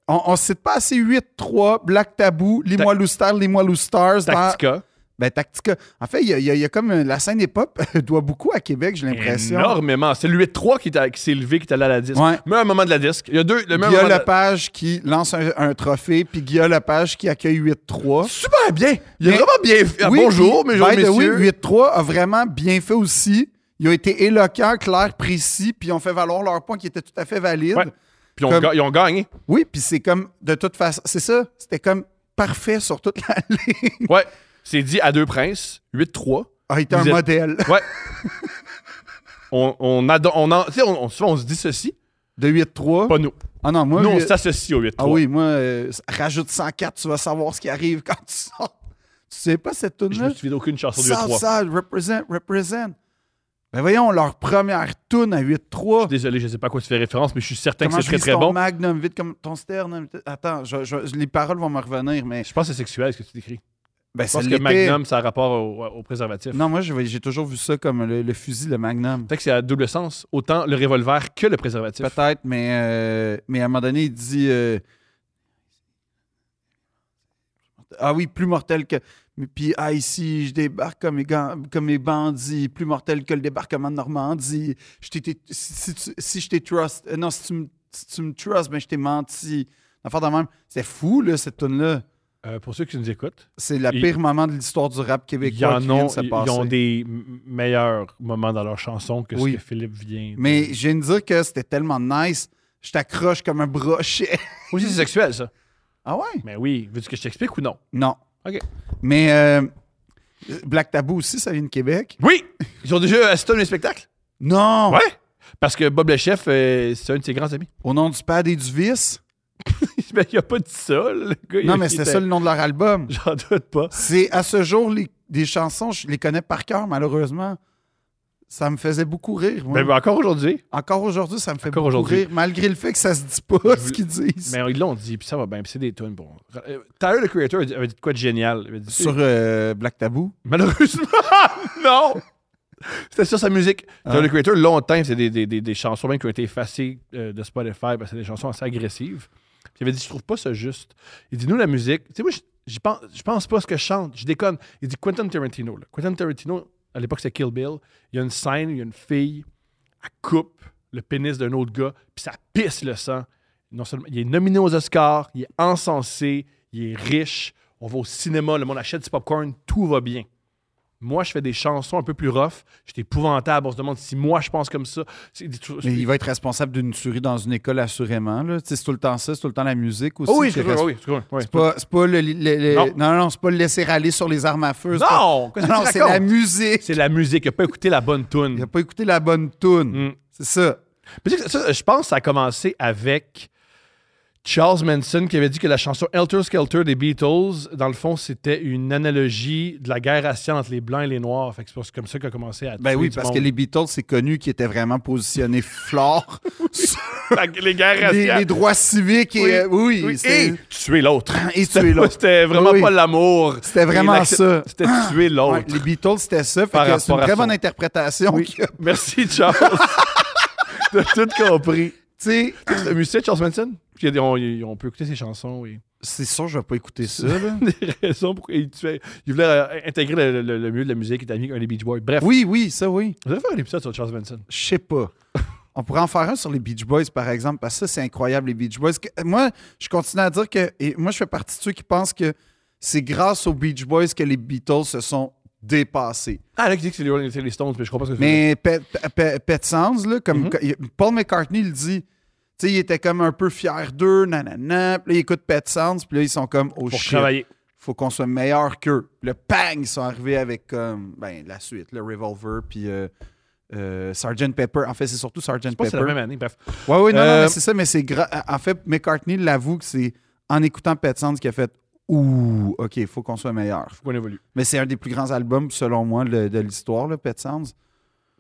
Speaker 2: On, on cite pas assez 8-3, Black Tabou, Les
Speaker 1: Ta-
Speaker 2: Mois Stars, Les Mois Stars. dans-
Speaker 1: Tactica.
Speaker 2: Ben, Tactica. En fait, il y, a- il y a- il y a comme euh, la scène hip-hop doit beaucoup à Québec, j'ai l'impression.
Speaker 1: Énormément. C'est le 8-3 qui, t'a- qui s'est levé, qui est allé à la disque.
Speaker 2: Ouais.
Speaker 1: Mais à un moment de la disque. Il y a deux. Le même
Speaker 2: Guillaume
Speaker 1: moment de la-
Speaker 2: Lepage qui lance un, un trophée, puis Guillaume Lepage qui accueille 8-3.
Speaker 1: Super bien! Il est
Speaker 2: Mais-
Speaker 1: vraiment bien fait. Ah, Bonjour,
Speaker 2: mais
Speaker 1: mesdames et messieurs.
Speaker 2: 8-3 a vraiment bien fait aussi. Ils ont été éloquents, clairs, précis, puis ils ont fait valoir leur point qui était tout à fait valide.
Speaker 1: Ouais. Puis on
Speaker 2: Comme-
Speaker 1: ga- ils ont gagné.
Speaker 2: Oui, puis c'est comme, de toute façon, c'est ça, c'était comme parfait sur toute la ligne.
Speaker 1: Ouais. C'est dit à deux princes, 8-3.
Speaker 2: Ah, il était un
Speaker 1: Vous êtes-
Speaker 2: modèle
Speaker 1: Ouais. on, on, ado- on, en- tu sais, on, on, souvent, on se dissocie.
Speaker 2: de 8-3.
Speaker 1: Pas nous.
Speaker 2: Ah non, moi,
Speaker 1: nous, on
Speaker 2: huit-
Speaker 1: s'associe au 8-3.
Speaker 2: ah oui, moi, euh, rajoute 104, tu vas savoir ce qui arrive quand tu sors. Tu sais pas cette
Speaker 1: Je
Speaker 2: tune-là?
Speaker 1: me souviens d'aucune chanson du 8-3.
Speaker 2: Southside, represent, represent. Ben voyons, leur première tune à
Speaker 1: Je
Speaker 2: 8-3.
Speaker 1: suis désolé, je sais pas à quoi tu fais référence, mais je suis certain
Speaker 2: Comment
Speaker 1: que
Speaker 2: je
Speaker 1: c'est très très
Speaker 2: lis ton
Speaker 1: bon.
Speaker 2: magnum, vite comme ton sternum. Attends, je- je- les paroles vont me revenir, mais
Speaker 1: Je pense que c'est sexuel ce que tu décris.
Speaker 2: ben,
Speaker 1: Je
Speaker 2: ça
Speaker 1: pense que
Speaker 2: l'était.
Speaker 1: Magnum, ça a rapport au, au préservatif.
Speaker 2: Non, moi, je- j'ai toujours vu ça comme le, le fusil, le magnum.
Speaker 1: Fait que c'est à double sens, autant le revolver que le préservatif.
Speaker 2: Peut-être, mais, euh, mais à un moment donné, il dit... euh, ah oui, plus mortel que... mais Puis, ah, ici, je débarque comme mes, gan- comme mes bandits, plus mortel que le débarquement de Normandie. Je t'ai- t'ai- si, si tu- si je t'ai trust... euh, non, si tu me si tu me trust, ben, je t'ai menti. Enfin, de même, c'est fou, là, cette tune-là.
Speaker 1: Euh, pour ceux qui nous écoutent,
Speaker 2: C'est le
Speaker 1: Il-
Speaker 2: pire moment de l'histoire du rap
Speaker 1: ils,
Speaker 2: québécois
Speaker 1: en
Speaker 2: qui vient
Speaker 1: ont,
Speaker 2: de se
Speaker 1: ils- ils
Speaker 2: passer.
Speaker 1: ont des m- meilleurs moments dans leurs chansons que
Speaker 2: Oui.
Speaker 1: ce que Philippe vient. de-
Speaker 2: Mais je viens de dire que c'était tellement nice, je t'accroche comme un brochet.
Speaker 1: Aussi, c'est sexuel, ça.
Speaker 2: ah ouais?
Speaker 1: Mais oui, veux-tu que je t'explique ou non?
Speaker 2: Non.
Speaker 1: OK.
Speaker 2: Mais euh, Black Tabou aussi, ça vient de Québec?
Speaker 1: Oui! Ils ont déjà assisté à un spectacle?
Speaker 2: Non!
Speaker 1: Ouais! Parce que Bob le Chef, euh, c'est un de ses grands amis.
Speaker 2: Au nom du pad et du vice?
Speaker 1: mais il a pas dit ça, le gars. il-
Speaker 2: Non, mais
Speaker 1: il
Speaker 2: c'était
Speaker 1: était-
Speaker 2: ça le nom de leur album.
Speaker 1: J'en doute pas.
Speaker 2: C'est à ce jour, les, des chansons, je les connais par cœur, malheureusement. Ça me faisait beaucoup rire. moi.
Speaker 1: Mais encore aujourd'hui,
Speaker 2: Encore aujourd'hui, ça me fait
Speaker 1: Ben, Encore
Speaker 2: beaucoup
Speaker 1: aujourd'hui.
Speaker 2: rire, malgré le fait que ça se dit pas ce qu'ils disent.
Speaker 1: mais ils l'ont dit, puis ça va bien, puis c'est des tunes. Bon. Euh, Tyler, le creator, avait dit- avait dit de quoi de génial. Il avait dit,
Speaker 2: Sur euh, Black Tabou?
Speaker 1: Malheureusement, non! C'était sur sa musique.
Speaker 2: Ah.
Speaker 1: Tyler, le creator, longtemps, c'est des, des- des- des chansons même qui ont été effacées euh, de Spotify parce que c'est des chansons assez agressives. Puis il avait dit, je trouve pas ça juste. Il dit, nous, la musique, tu sais, moi, je- je pense, je pense pas à ce que je chante, je déconne. Il dit Quentin Tarantino. là. Quentin Tarantino, à l'époque, c'était Kill Bill. Il y a une scène, où il y a une fille, elle coupe le pénis d'un autre gars, puis ça pisse le sang. Non seulement, il est nominé aux Oscars, il est encensé, il est riche, on va au cinéma, le monde achète du popcorn, tout va bien. Moi, je fais des chansons un peu plus rough, j'étais épouvantable, on se demande si moi je pense comme ça. C'est-
Speaker 2: Mais il va être responsable d'une tuerie dans une école, assurément. là. Tu sais, C'est tout le temps ça, c'est tout le temps la musique aussi.
Speaker 1: Oh oui,
Speaker 2: qui est
Speaker 1: c'est
Speaker 2: res-
Speaker 1: oui, c'est oui.
Speaker 2: C'est pas, c'est pas le, le- le-
Speaker 1: Non.
Speaker 2: non. non, non, c'est pas le laisser aller sur les armes à feu. c'est pas-
Speaker 1: Non! Qu'est-ce que
Speaker 2: Non,
Speaker 1: tu
Speaker 2: c'est
Speaker 1: racontes?
Speaker 2: la musique.
Speaker 1: C'est la musique, il n'a pas écouté la bonne
Speaker 2: Il
Speaker 1: tune. Hmm.
Speaker 2: a pas écouté la bonne tune. C'est ça.
Speaker 1: Mais tu sais que ça, je pense que ça a commencé avec Charles Manson qui avait dit que la chanson Helter Skelter des Beatles, dans le fond, c'était une analogie de la guerre raciale entre les Blancs et les Noirs. Fait que c'est comme ça qu'a commencé à
Speaker 2: Ben
Speaker 1: tuer
Speaker 2: oui,
Speaker 1: du
Speaker 2: parce
Speaker 1: monde.
Speaker 2: que les Beatles, c'est connu qu'ils étaient vraiment positionnés fort sur
Speaker 1: La- les guerres
Speaker 2: les,
Speaker 1: raciales.
Speaker 2: les droits civiques. Et,
Speaker 1: Oui.
Speaker 2: euh, oui,
Speaker 1: Oui,
Speaker 2: c'est-
Speaker 1: et tuer l'autre.
Speaker 2: et tuer l'autre.
Speaker 1: C'était vraiment
Speaker 2: Oui.
Speaker 1: pas l'amour.
Speaker 2: C'était vraiment
Speaker 1: Et l'acc-
Speaker 2: ça.
Speaker 1: C'était tuer l'autre.
Speaker 2: Ouais, les Beatles, c'était ça. Fait
Speaker 1: Par
Speaker 2: que c'est
Speaker 1: rapport
Speaker 2: une
Speaker 1: à
Speaker 2: très
Speaker 1: son-
Speaker 2: bonne interprétation. qu'il y a. Tu
Speaker 1: Merci, Charles. T'as tout compris.
Speaker 2: sais,
Speaker 1: C'est un musicien, Charles Manson. Puis il y a des- On, on peut écouter ses chansons. Et...
Speaker 2: c'est sûr, je vais pas écouter ça. là.
Speaker 1: des raisons pourquoi il tuait. Il voulait euh, intégrer le, le- le milieu de la musique. Il était ami avec un des Beach Boys. Bref,
Speaker 2: Oui, oui, ça, oui.
Speaker 1: vous allez faire un épisode sur Charles Manson.
Speaker 2: Je sais pas. On pourrait en faire un sur les Beach Boys, par exemple, parce que ça, c'est incroyable, les Beach Boys. Que- euh, moi, je continue à dire que. Et moi, je fais partie de ceux qui pensent que c'est grâce aux Beach Boys que les Beatles se sont dépassés.
Speaker 1: Ah, là, qui dit que c'est les Rolling c'est les Stones, mais je comprends pas ce que tu veux dire.
Speaker 2: Mais Pet, Pet- Pet Sounds, là, comme
Speaker 1: Mhm.
Speaker 2: il- Paul McCartney le dit, tu sais, il était comme un peu fier d'eux, nanana. Puis là, ils écoutent Pet Sounds, puis là, ils sont comme
Speaker 1: Pour
Speaker 2: au oh shit.
Speaker 1: travailler.
Speaker 2: Faut qu'on soit meilleur qu'eux. Le pang, ils sont arrivés avec comme ben, la suite, le Revolver, puis euh, euh, Sgt. Pepper. En fait, c'est surtout Sgt.
Speaker 1: Je pense que c'est
Speaker 2: Pepper.
Speaker 1: la même année. Bref.
Speaker 2: Oui, oui, non, non,
Speaker 1: Euh,
Speaker 2: mais c'est ça, mais c'est gra- En fait, McCartney l'avoue que c'est en écoutant Pet Sounds qu'il a fait Ouh, OK, il faut qu'on soit meilleur.
Speaker 1: Faut qu'on évolue.
Speaker 2: Mais c'est un des plus grands albums, selon moi, le- de l'histoire, le Pet Sounds.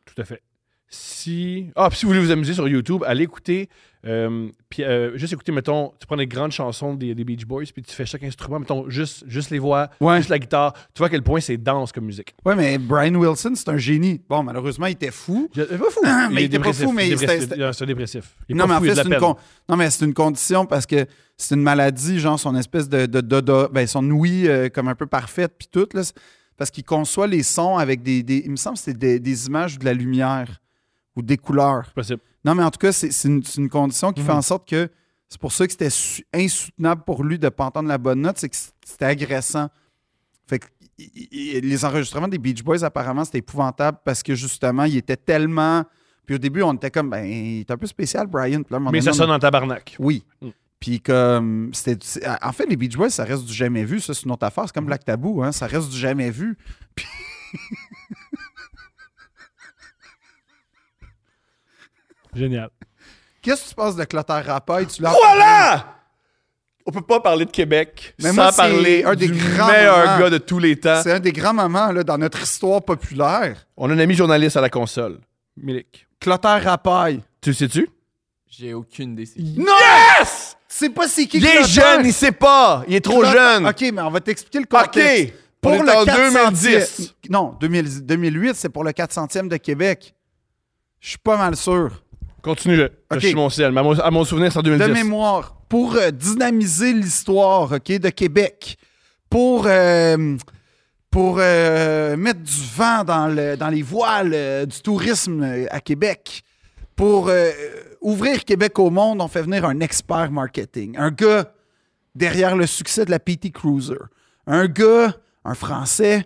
Speaker 1: Tout à fait. Si. Ah, puis si vous voulez vous amuser sur YouTube, allez écouter. euh, puis euh, juste écouter, mettons, tu prends les grandes chansons des, des Beach Boys, puis tu fais chaque instrument, mettons, juste, juste les voix,
Speaker 2: Ouais.
Speaker 1: juste la guitare. Tu vois à quel point c'est dense comme musique.
Speaker 2: Ouais, mais Brian Wilson, c'est un génie. Bon, malheureusement, il était fou.
Speaker 1: Il
Speaker 2: Ah,
Speaker 1: est pas fou.
Speaker 2: Mais il
Speaker 1: est
Speaker 2: était pas
Speaker 1: dépressif,
Speaker 2: fou, mais
Speaker 1: dépressif.
Speaker 2: c'était- c'était-
Speaker 1: Il est- C'est un dépressif. Il est
Speaker 2: Non
Speaker 1: pas
Speaker 2: mais, en
Speaker 1: fou, il a
Speaker 2: fait,
Speaker 1: de la
Speaker 2: c'est une
Speaker 1: peine.
Speaker 2: con- non, mais c'est une condition parce que c'est une maladie, genre son espèce de, de, de- de- ben, son ouïe euh, comme un peu parfaite, puis tout. Là, C'est- parce qu'il conçoit les sons avec des. des- il me semble que c'est des, des images ou de la lumière ou des couleurs.
Speaker 1: C'est possible.
Speaker 2: Non, mais en tout cas, c'est c'est une, c'est une condition qui fait
Speaker 1: Mhm.
Speaker 2: en sorte que c'est pour ça que c'était su- insoutenable pour lui de ne pas entendre la bonne note, c'est que c'était agressant. Fait que i- i- i- les enregistrements des Beach Boys, apparemment, c'était épouvantable parce que justement, il était tellement. Puis au début, on était comme, ben, il est un peu spécial, Brian. Puis là, à un moment
Speaker 1: Mais
Speaker 2: donné,
Speaker 1: ça
Speaker 2: on-
Speaker 1: sonne en tabarnak.
Speaker 2: Oui.
Speaker 1: Mm.
Speaker 2: Puis comme, c'était. c'est- En fait, les Beach Boys, ça reste du jamais vu. Ça, c'est une autre affaire. C'est
Speaker 1: Mm.
Speaker 2: comme Black Tabou, hein. Ça reste du jamais vu. Puis-
Speaker 1: Génial.
Speaker 2: Qu'est-ce que tu penses de Clotaire Rapaille? Tu l'as
Speaker 1: Voilà! On peut pas parler de Québec
Speaker 2: Mais
Speaker 1: sans
Speaker 2: moi, c'est
Speaker 1: parler
Speaker 2: un des
Speaker 1: du
Speaker 2: grands
Speaker 1: meilleur
Speaker 2: moments.
Speaker 1: gars de tous les temps.
Speaker 2: C'est un des grands moments là, dans notre histoire populaire.
Speaker 1: On a un ami journaliste à la console, Milik.
Speaker 2: Clotaire Rapaille.
Speaker 1: Tu le sais-tu?
Speaker 3: J'ai aucune idée. c'est qui.
Speaker 1: Yes!
Speaker 2: Tu sais pas c'est qui
Speaker 1: Il est
Speaker 2: Clotaire?
Speaker 1: jeune, il sait pas. Il est trop
Speaker 2: Clotaire-
Speaker 1: jeune.
Speaker 2: OK, mais on va t'expliquer le
Speaker 1: OK.
Speaker 2: contexte.
Speaker 1: Pour
Speaker 2: Pour
Speaker 1: on
Speaker 2: le
Speaker 1: est en
Speaker 2: 400e
Speaker 1: 2010.
Speaker 2: Non, 2000 2008, c'est pour le 400e de Québec. Je suis pas mal sûr.
Speaker 1: Continue. Je,
Speaker 2: OK.
Speaker 1: suis mon ciel. Mais à mon, à mon souvenir, c'est en
Speaker 2: de
Speaker 1: 2010.
Speaker 2: mémoire pour euh, dynamiser l'histoire ok, de Québec, pour, euh, pour euh, mettre du vent dans, le, dans les voiles euh, du tourisme euh, à Québec, pour euh, ouvrir Québec au monde, on fait venir un expert marketing, un gars derrière le succès de la PT Cruiser, un gars, un Français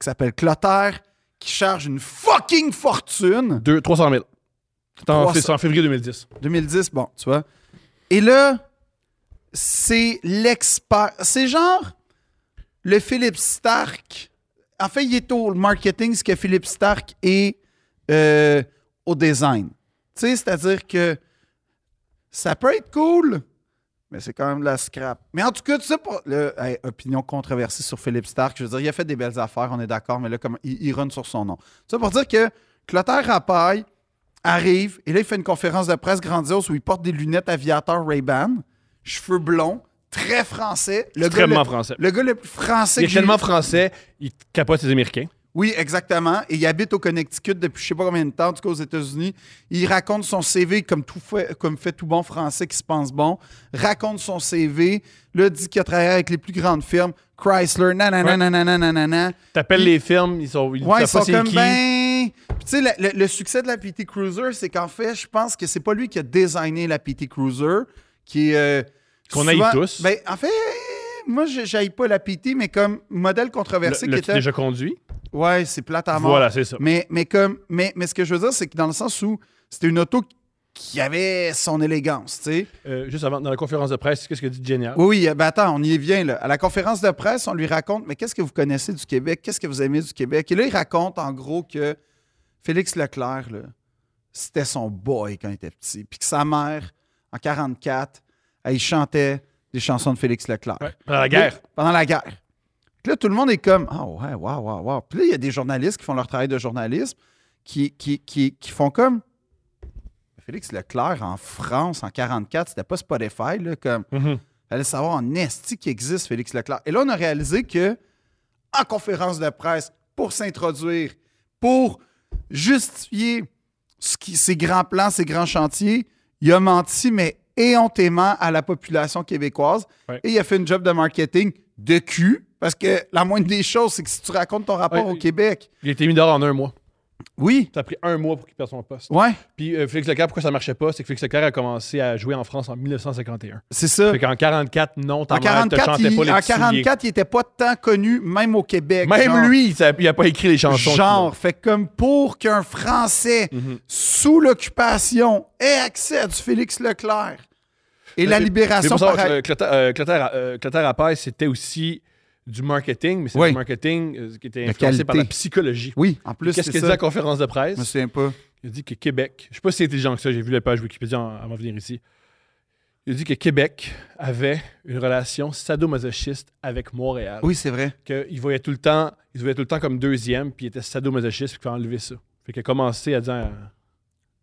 Speaker 2: qui s'appelle Clotaire, qui charge une fucking fortune.
Speaker 1: Deux- 300 000. C'est en,
Speaker 2: 300.
Speaker 1: c'est en février 2010.
Speaker 2: 2010, bon, tu vois. Et là, c'est l'expert. C'est genre le Philippe Stark. En fait, il est au marketing ce que Philippe Stark est euh, au design. Tu sais, c'est-à-dire que ça peut être cool, mais c'est quand même de la scrap. Mais en tout cas, tu sais, pour, là, hey, opinion controversée sur Philippe Stark. Je veux dire, il a fait des belles affaires, on est d'accord, mais là, comme, il, il run sur son nom. Ça pour dire que Clotaire Rapaille arrive et là, il fait une conférence de presse grandiose où il porte des lunettes aviateur Ray-Ban, cheveux blonds, très français. Le gars, le-
Speaker 1: Extrêmement français.
Speaker 2: le gars le plus français
Speaker 1: Il est
Speaker 2: que j'ai-
Speaker 1: tellement français, il capote les Américains.
Speaker 2: Oui, exactement. Et il habite au Connecticut depuis je sais pas combien de temps, en tout cas aux États-Unis. Il raconte son CV comme tout fait, comme fait tout bon français qui se pense bon. Raconte son CV. Là, dit qu'il a travaillé avec les plus grandes firmes. Chrysler, nanana,
Speaker 1: Ouais.
Speaker 2: nanana, nanana.
Speaker 1: T'appelles les films, ils sont. Ils
Speaker 2: Ouais, ils
Speaker 1: savent pas
Speaker 2: sont
Speaker 1: c'est
Speaker 2: comme
Speaker 1: qui.
Speaker 2: ben. Puis, Tu sais, le, le- le succès de la PT Cruiser, c'est qu'en fait, je pense que c'est pas lui qui a designé la PT Cruiser, qui est. euh,
Speaker 1: Qu'on haït
Speaker 2: souvent-
Speaker 1: tous.
Speaker 2: Ben, en fait, moi, je- j'haïle pas la PT, mais comme modèle controversé
Speaker 1: Le-
Speaker 2: qui
Speaker 1: L'as-tu
Speaker 2: était.
Speaker 1: déjà conduit?
Speaker 2: Ouais, c'est plate à mort.
Speaker 1: Voilà, c'est ça.
Speaker 2: Mais, mais, comme, mais, mais ce que je veux dire, c'est que dans le sens où c'était une auto qui avait son élégance, tu sais.
Speaker 1: Euh, juste avant, dans la conférence de presse, qu'est-ce que dit Génial?
Speaker 2: Oui, oui, ben attends, on y vient, là. À la conférence de presse, on lui raconte, mais qu'est-ce que vous connaissez du Québec? Qu'est-ce que vous aimez du Québec? Et là, il raconte, en gros, que Félix Leclerc, là, c'était son boy quand il était petit. Puis que sa mère, en 44, elle chantait des chansons de Félix Leclerc.
Speaker 1: Ouais, pendant la guerre.
Speaker 2: Là, Pendant la guerre. Puis là, tout le monde est comme Ah ouais, waouh, waouh, waouh. Puis là, il y a des journalistes qui font leur travail de journalisme qui, qui, qui, qui font comme Félix Leclerc en France en 44, c'était pas Spotify, là, comme
Speaker 1: Mhm.
Speaker 2: fallait savoir en esti qui existe Félix Leclerc. Et là, on a réalisé que en conférence de presse, pour s'introduire, pour justifier ce qui- ses grands plans, ses grands chantiers, il a menti, mais éhontément à la population québécoise.
Speaker 1: Ouais.
Speaker 2: Et il a fait une job de marketing de cul, parce que la moindre des choses, c'est que si tu racontes ton rapport
Speaker 1: Ouais.
Speaker 2: au Québec,
Speaker 1: Il a été mis dehors en un mois.
Speaker 2: oui,
Speaker 1: Ça a pris un mois pour qu'il perde son poste.
Speaker 2: ouais,
Speaker 1: Puis euh, Félix Leclerc, pourquoi ça marchait pas? C'est que Félix Leclerc a commencé à jouer en France en 1951.
Speaker 2: c'est ça.
Speaker 1: Fait qu'en 44, non, ta
Speaker 2: En
Speaker 1: mère te
Speaker 2: 44,
Speaker 1: chantait
Speaker 2: il,
Speaker 1: pas les
Speaker 2: en
Speaker 1: petits souliers.
Speaker 2: 44, il était pas tant connu, même au Québec.
Speaker 1: Même
Speaker 2: genre.
Speaker 1: lui, il s'a- il a pas écrit les chansons.
Speaker 2: Genre, fait que comme pour qu'un Français
Speaker 1: Mhm.
Speaker 2: sous l'occupation ait accès à du Félix Leclerc et la
Speaker 1: Mais- Mais
Speaker 2: libération
Speaker 1: pour savoir,
Speaker 2: pareil.
Speaker 1: euh, Clotaire- euh, Clotaire euh, Clotaire Appert, c'était aussi du marketing, mais c'est
Speaker 2: Oui.
Speaker 1: du marketing euh, qui était
Speaker 2: De
Speaker 1: influencé par la
Speaker 2: qualité.
Speaker 1: psychologie.
Speaker 2: Oui, en plus,
Speaker 1: Qu'est-ce
Speaker 2: c'est
Speaker 1: qu'il dit
Speaker 2: ça.
Speaker 1: à la conférence de presse?
Speaker 2: Je me souviens pas.
Speaker 1: Il dit que Québec, je sais pas si c'est intelligent que ça, j'ai vu la page Wikipédia en- avant de venir ici. Il dit que Québec avait une relation sadomasochiste avec Montréal.
Speaker 2: Oui, c'est vrai.
Speaker 1: Qu'il voyait tout le temps, il se voyait tout le temps comme deuxième, puis il était sadomasochiste, puis qu'il fallait enlever ça. Fait qu'elle a commencé à dire. euh,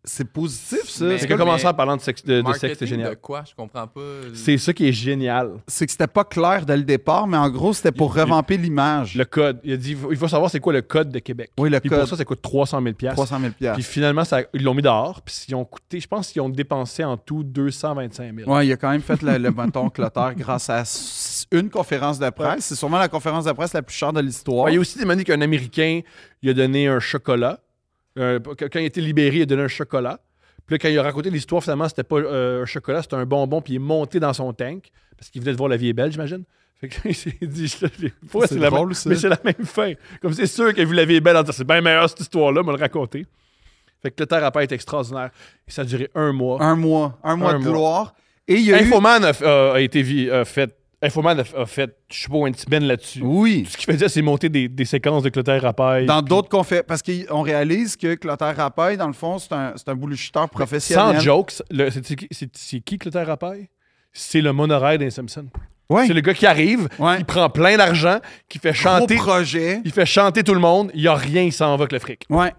Speaker 2: C'est positif, ça.
Speaker 3: Mais-
Speaker 1: C'est
Speaker 2: C'est
Speaker 1: qu'elle a
Speaker 2: comme-
Speaker 1: commencé en parlant de sexe, de, de sexe,
Speaker 3: Marketing
Speaker 1: c'est
Speaker 3: de
Speaker 1: génial.
Speaker 3: quoi? Je comprends pas.
Speaker 1: C'est ça qui est génial.
Speaker 2: C'est que c'était pas clair dès le départ, mais en gros, c'était pour
Speaker 1: Il- il-
Speaker 2: revamper l'image.
Speaker 1: Le code. Il a dit il faut- il faut savoir c'est quoi le code de Québec.
Speaker 2: oui, le
Speaker 1: Puis
Speaker 2: code,
Speaker 1: pour ça, ça coûte 300 000
Speaker 2: 300 000
Speaker 1: Puis finalement, ça- ils l'ont mis dehors. Puis ils ont coûté, je pense qu'ils ont dépensé en tout 225 000
Speaker 2: Ouais, il a quand même fait le, le menton clotaire grâce à s- une conférence de presse. C'est sûrement la conférence de presse la plus chère de l'histoire.
Speaker 1: Ouais, il y a aussi demandé qu'un Américain il a donné un chocolat. Euh, qu- quand il a été libéré, il a donné un chocolat. Puis là, quand il a raconté l'histoire, finalement, c'était pas euh, un chocolat, c'était un bonbon, puis il est monté dans son tank, parce qu'il venait de voir La vie est belle, j'imagine. Fait que là, il s'est dit, je- je- pourquoi
Speaker 2: C'est
Speaker 1: c'est la,
Speaker 2: drôle,
Speaker 1: même-
Speaker 2: ça.
Speaker 1: mais c'est la même fin. Comme c'est sûr qu'il a vu La vie est belle, en disant, c'est bien meilleur cette histoire-là, me le raconter. Fait que le terre à paix est extraordinaire. Et ça a duré un mois.
Speaker 2: Un mois. Un mois
Speaker 1: Un
Speaker 2: de
Speaker 1: mois.
Speaker 2: gloire. Et Ah, il y a
Speaker 1: Infoman a, f- a- a été vi- a fait. Infoman a, f- a fait, je sais pas, une semaine là-dessus.
Speaker 2: eu... Oui.
Speaker 1: Tout ce qu'il faisait, c'est monter des, des séquences de Clotaire Rapaille.
Speaker 2: Dans d'autres conférences. Parce qu'on réalise que Clotaire Rappaille, dans le fond, c'est un, c'est un bullshiteur professionnel.
Speaker 1: Sans jokes, le- c'est qui- c'est- c'est qui Clotaire Rapaille? C'est le monorail des Simpsons.
Speaker 2: Ouais.
Speaker 1: C'est le gars qui arrive,
Speaker 2: Ouais.
Speaker 1: il prend plein d'argent, qui fait
Speaker 2: Gros
Speaker 1: chanter,
Speaker 2: projet.
Speaker 1: il fait chanter tout le monde, il y a rien, il s'en va avec le fric.
Speaker 2: Ouais.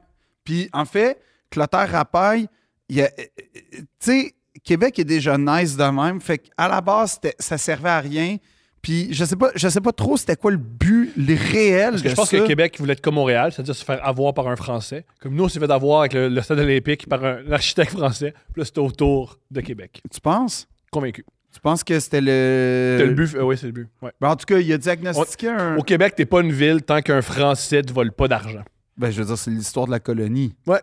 Speaker 2: Puis en fait, Clotaire Rapaille, il y a- euh, euh, tu sais, Québec est déjà nice de même. Fait qu'à la base, c'était- ça servait à rien. Puis je sais pas, je sais pas trop c'était quoi le but, le réel
Speaker 1: Parce que
Speaker 2: de
Speaker 1: je pense
Speaker 2: ça.
Speaker 1: que Québec voulait être comme Montréal, c'est-à-dire se faire avoir par un Français. Comme nous, on s'est fait avoir avec le, le stade olympique par un architecte français, plus c'était autour de Québec.
Speaker 2: Tu penses?
Speaker 1: Convaincu.
Speaker 2: Tu penses que c'était
Speaker 1: C'était
Speaker 2: le...
Speaker 1: le but, euh, oui, c'est le but. ouais.
Speaker 2: Ben, en tout cas, il a diagnostiqué un...
Speaker 1: Au Québec, t'es pas une ville tant qu'un Français te vole pas d'argent.
Speaker 2: Ben, je veux dire, c'est l'histoire de la colonie.
Speaker 1: Ouais.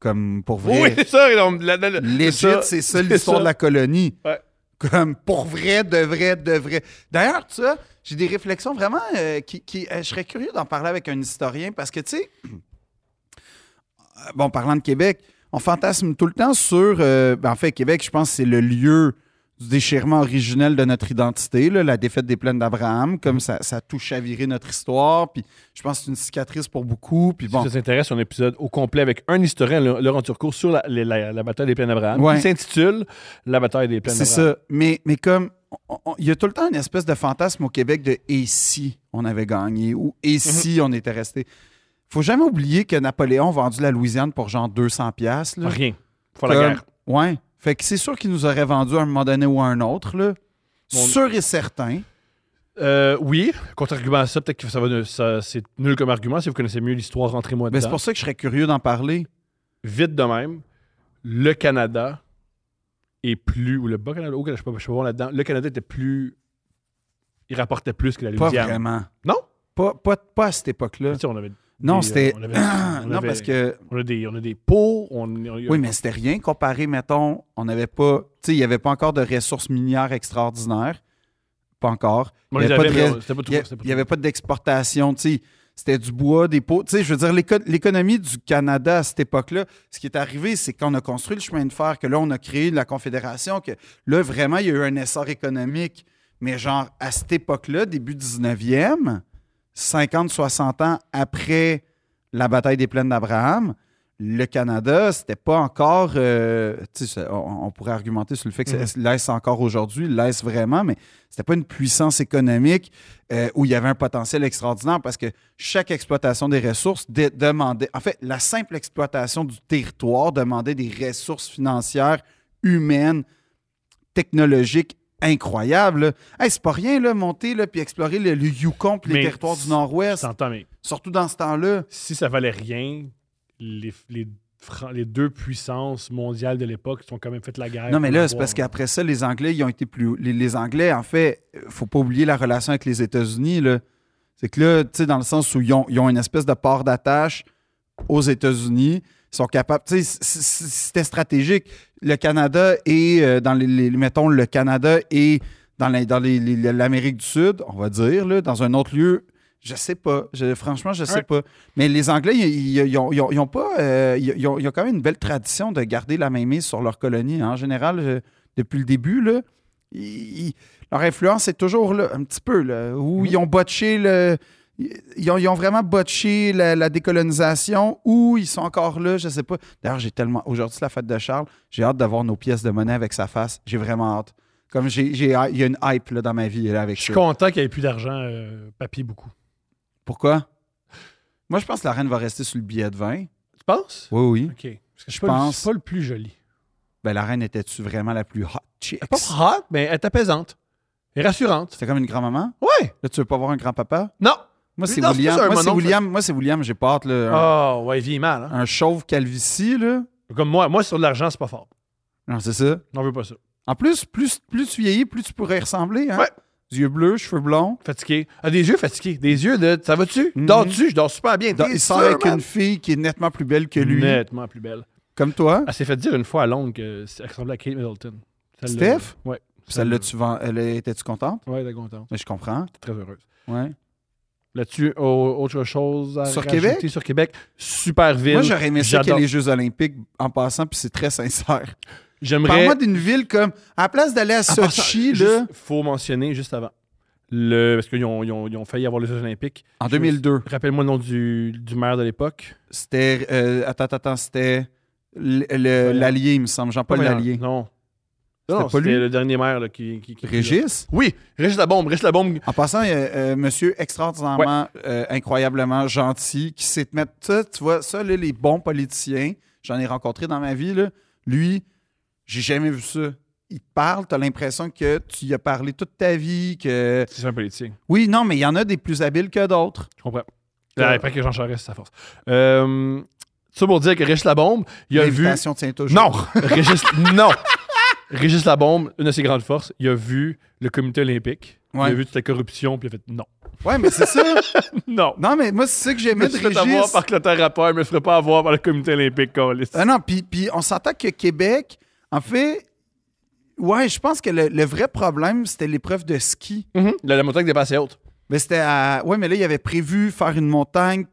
Speaker 2: Comme pour
Speaker 1: Oui,
Speaker 2: vrai.
Speaker 1: c'est ça. la- la- la-
Speaker 2: Legit, c'est ça l'histoire
Speaker 1: ça.
Speaker 2: de la colonie.
Speaker 1: Ouais.
Speaker 2: Comme pour vrai, de vrai, de vrai. D'ailleurs, tu sais, j'ai des réflexions vraiment euh, qui. qui- euh, je serais curieux d'en parler avec un historien parce que, tu sais, euh, bon, parlant de Québec, on fantasme tout le temps sur. euh, ben, en fait, Québec, je pense que c'est le lieu du déchirement originel de notre identité, là, la défaite des plaines d'Abraham, comme ça, ça a tout chaviré notre histoire, puis je pense que c'est une cicatrice pour beaucoup, puis bon.
Speaker 1: Si ça s'intéresse, on a un épisode au complet avec un historien, Le- Laurent Turcot, sur la, la- la- la bataille des plaines d'Abraham,
Speaker 2: Ouais.
Speaker 1: qui s'intitule La bataille des plaines
Speaker 2: C'est
Speaker 1: d'Abraham.
Speaker 2: ça. Mais, mais comme on- on- il y a tout le temps une espèce de fantasme au Québec de et si on avait gagné ou
Speaker 1: Mm-hmm.
Speaker 2: et si on était resté. Faut jamais oublier que Napoléon a vendu la Louisiane pour genre 200 pièces là.
Speaker 1: Rien. Faut la
Speaker 2: Comme-
Speaker 1: guerre.
Speaker 2: Ouais. Fait que c'est sûr qu'il nous aurait vendu à un moment donné ou à un autre là.
Speaker 1: Mon-
Speaker 2: Sûr et certain.
Speaker 1: Euh, oui, contre-argument à ça, peut-être que ça va, ne- ça- c'est nul comme argument. Si vous connaissez mieux l'histoire, rentrez-moi
Speaker 2: Mais
Speaker 1: dedans.
Speaker 2: c'est pour ça que je serais curieux d'en parler.
Speaker 1: Vite de même, le Canada est plus. Ou le Bas-Canada, au Canada, je ne suis pas bon là-dedans. Le Canada était plus. Il rapportait plus que la
Speaker 2: Pas
Speaker 1: Louisiane.
Speaker 2: vraiment.
Speaker 1: Non?
Speaker 2: Pas, pas, pas à cette époque-là.
Speaker 1: Tu sais, on avait des,
Speaker 2: Non,
Speaker 1: euh,
Speaker 2: c'était.
Speaker 1: on avait- on
Speaker 2: non,
Speaker 1: avait-
Speaker 2: parce que
Speaker 1: On a des, on a des pots. On, on-
Speaker 2: Oui, mais c'était rien comparé, mettons, on n'avait pas, tu sais, il n'y avait pas encore de ressources minières extraordinaires. Pas encore.
Speaker 1: on
Speaker 2: il y
Speaker 1: les
Speaker 2: avait pas
Speaker 1: avait,
Speaker 2: de
Speaker 1: mais euh,
Speaker 2: rais-
Speaker 1: on- c'était pas tout-
Speaker 2: Il
Speaker 1: c'était pas
Speaker 2: n'y
Speaker 1: tout-
Speaker 2: avait pas d'exportation, tu sais. C'était du bois, des pots. Tu sais, je veux dire, l'éco- l'économie du Canada à cette époque-là, ce qui est arrivé, c'est qu'on a construit le chemin de fer, que là, on a créé la Confédération, que là, vraiment, il y a eu un essor économique. Mais genre, à cette époque-là, début 19e, 50-60 ans après la bataille des plaines d'Abraham, le Canada, c'était pas encore. euh, tu sais, ça- on, on pourrait argumenter sur le fait que
Speaker 1: Mhm.
Speaker 2: ça laisse encore aujourd'hui, laisse vraiment, mais c'était pas une puissance économique euh, où il y avait un potentiel extraordinaire parce que chaque exploitation des ressources dé- demandait. En fait, la simple exploitation du territoire demandait des ressources financières, humaines, technologiques incroyables. là. Hey, c'est pas rien, là, monter là, puis explorer le, le Yukon puis les
Speaker 1: Mais
Speaker 2: territoires du
Speaker 1: c'est- Je
Speaker 2: Nord-Ouest,
Speaker 1: t'entends, mais
Speaker 2: surtout dans ce temps-là.
Speaker 1: si ça valait rien, les, les, Fran- les deux puissances mondiales de l'époque ont quand même fait la guerre.
Speaker 2: Non, mais
Speaker 1: pour
Speaker 2: là,
Speaker 1: avoir-
Speaker 2: c'est parce qu'après ça, les Anglais, ils ont été plus. Les, les Anglais, en fait, euh, faut pas oublier la relation avec les États-Unis. là. C'est que là, tu sais, dans le sens où ils ont, ils ont une espèce de port d'attache aux États-Unis, ils sont capables. Tu sais, c- c- c'était stratégique. Le Canada et euh, dans les, les- mettons, le Canada et dans les- dans les- les- l'Amérique du Sud, on va dire, là, dans un autre lieu. Je sais pas. Je- franchement, je sais
Speaker 1: Ouais.
Speaker 2: pas. Mais les Anglais, ils, ils- ils ont, ils ont- ils ont pas. euh, ils, ils ont, ils ont quand même une belle tradition de garder la main mise sur leur colonie. hein. En général, euh, depuis le début, là, ils- ils- leur influence est toujours là, un petit peu. Là, où
Speaker 1: Mhm.
Speaker 2: ils ont botché le. Ils ils ont, ils ont vraiment botché la, la décolonisation ou ils sont encore là, je sais pas. D'ailleurs, j'ai tellement. Aujourd'hui, c'est la fête de Charles. J'ai hâte d'avoir nos pièces de monnaie avec sa face. J'ai vraiment hâte. Comme j'ai, j'ai- ah, il y a une hype là, dans ma vie là, avec
Speaker 1: Je suis
Speaker 2: ça.
Speaker 1: content qu'il n'y ait plus d'argent euh, papier beaucoup.
Speaker 2: Pourquoi? Moi, je pense que la reine va rester sur le billet de vin.
Speaker 1: Tu Tu penses?
Speaker 2: Oui, oui.
Speaker 1: OK. Parce que
Speaker 2: Je
Speaker 1: c'est pas le-
Speaker 2: pense-
Speaker 1: C'est pas le plus joli.
Speaker 2: Ben, la reine était-tu vraiment la plus hot chick?
Speaker 1: Elle est pas hot, mais elle est apaisante. Et rassurante.
Speaker 2: C'était comme une grand-maman?
Speaker 1: Ouais!
Speaker 2: Là, tu veux pas voir un grand-papa?
Speaker 1: Non!
Speaker 2: Moi,
Speaker 1: Lui,
Speaker 2: c'est
Speaker 1: non, c'est
Speaker 2: William.
Speaker 1: plus un
Speaker 2: Moi, c'est
Speaker 1: mononcle.
Speaker 2: William. Moi, c'est William. J'ai pas hâte, là.
Speaker 1: Oh, ouais, il vieillit mal. hein.
Speaker 2: Un, un chauve calvitie, là.
Speaker 1: Comme moi, moi, sur de l'argent, c'est pas fort.
Speaker 2: Non, c'est ça.
Speaker 1: On veut pas ça.
Speaker 2: En plus, plus, plus tu vieillis, plus tu pourrais y ressembler, hein?
Speaker 1: Ouais.
Speaker 2: Yeux bleus, cheveux blonds.
Speaker 1: Fatigué. Ah, des yeux fatigués. Des yeux de ça va-tu?
Speaker 2: Mhm.
Speaker 1: Dors-tu? Je dors super bien.
Speaker 2: Dans-
Speaker 1: T'es
Speaker 2: il sort
Speaker 1: sûr,
Speaker 2: avec
Speaker 1: man?
Speaker 2: une fille qui est nettement plus belle que lui.
Speaker 1: Nettement plus belle.
Speaker 2: Comme toi.
Speaker 1: Elle s'est fait dire une fois à Londres qu'elle ressemblait à Kate Middleton. Celle-là- euh,
Speaker 2: Steph?
Speaker 1: Ouais.
Speaker 2: Ça, là, tu vends. elle- Étais-tu contente?
Speaker 1: Ouais, elle est contente.
Speaker 2: Mais je comprends.
Speaker 1: Elle est très heureuse.
Speaker 2: Ouais.
Speaker 1: Là-dessus, au- autre chose à
Speaker 2: Sur
Speaker 1: rajouter
Speaker 2: Québec?
Speaker 1: Sur Québec, super ville.
Speaker 2: Moi, j'aurais aimé ça qu'il y
Speaker 1: J'adore.
Speaker 2: ait les Jeux Olympiques en passant, puis c'est très sincère.
Speaker 1: J'aimerais.
Speaker 2: Parle-moi d'une ville comme. À la place d'aller à
Speaker 1: Ah,
Speaker 2: Sochi,
Speaker 1: juste-
Speaker 2: là,
Speaker 1: faut mentionner juste avant. Le, parce qu'ils ont, ils ont- ils ont failli avoir les Jeux Olympiques.
Speaker 2: en 2002.
Speaker 1: Rappelle-moi le nom du, du maire de l'époque.
Speaker 2: C'était. euh, attends, attends, attends, c'était. l- le-
Speaker 1: Voyant.
Speaker 2: L'Allier, il me semble. Jean-Paul
Speaker 1: Voyons,
Speaker 2: L'Allier.
Speaker 1: Non.
Speaker 2: C'était
Speaker 1: Non, non,
Speaker 2: pas
Speaker 1: c'était
Speaker 2: lui?
Speaker 1: le dernier maire là, qui, qui, qui-
Speaker 2: Régis.
Speaker 1: Oui, Régis la bombe, Régis la bombe.
Speaker 2: En passant, il y a euh, monsieur extraordinairement, euh, incroyablement gentil, qui sait te mettre. Ça, tu vois, ça, là, les bons politiciens, j'en ai rencontré dans ma vie, là, lui, j'ai jamais vu ça. Il te parle, t'as l'impression que tu y as parlé toute ta vie, que.
Speaker 1: C'est un politicien.
Speaker 2: Oui, non, mais il y en a des plus habiles que d'autres.
Speaker 1: Je comprends.
Speaker 2: Ça-
Speaker 1: Après que Jean Charest, c'est sa force. Euh, ça pour dire que Régis la bombe, il a vu.
Speaker 2: L'invitation tient toujours.
Speaker 1: Non! Régis, non! Régis Labombe, une de ses grandes forces, il a vu le comité olympique,
Speaker 2: Ouais.
Speaker 1: il a vu toute la corruption, puis il a fait non.
Speaker 2: Ouais, mais c'est ça.
Speaker 1: Non!
Speaker 2: Non, mais moi, c'est ça que
Speaker 1: Je
Speaker 2: j'aimais
Speaker 1: me
Speaker 2: de
Speaker 1: suis fait avoir
Speaker 2: Régis.
Speaker 1: par Clotaire Rapport, je me ferais pas avoir par le comité olympique, câlisse.
Speaker 2: Ah non, puis, puis on s'entend que Québec, en fait, ouais, je pense que le, le vrai problème, c'était l'épreuve de ski.
Speaker 1: Mhm. La, la montagne dépassait haute.
Speaker 2: Mais c'était à. Ouais, mais là, il avait prévu faire une montagne,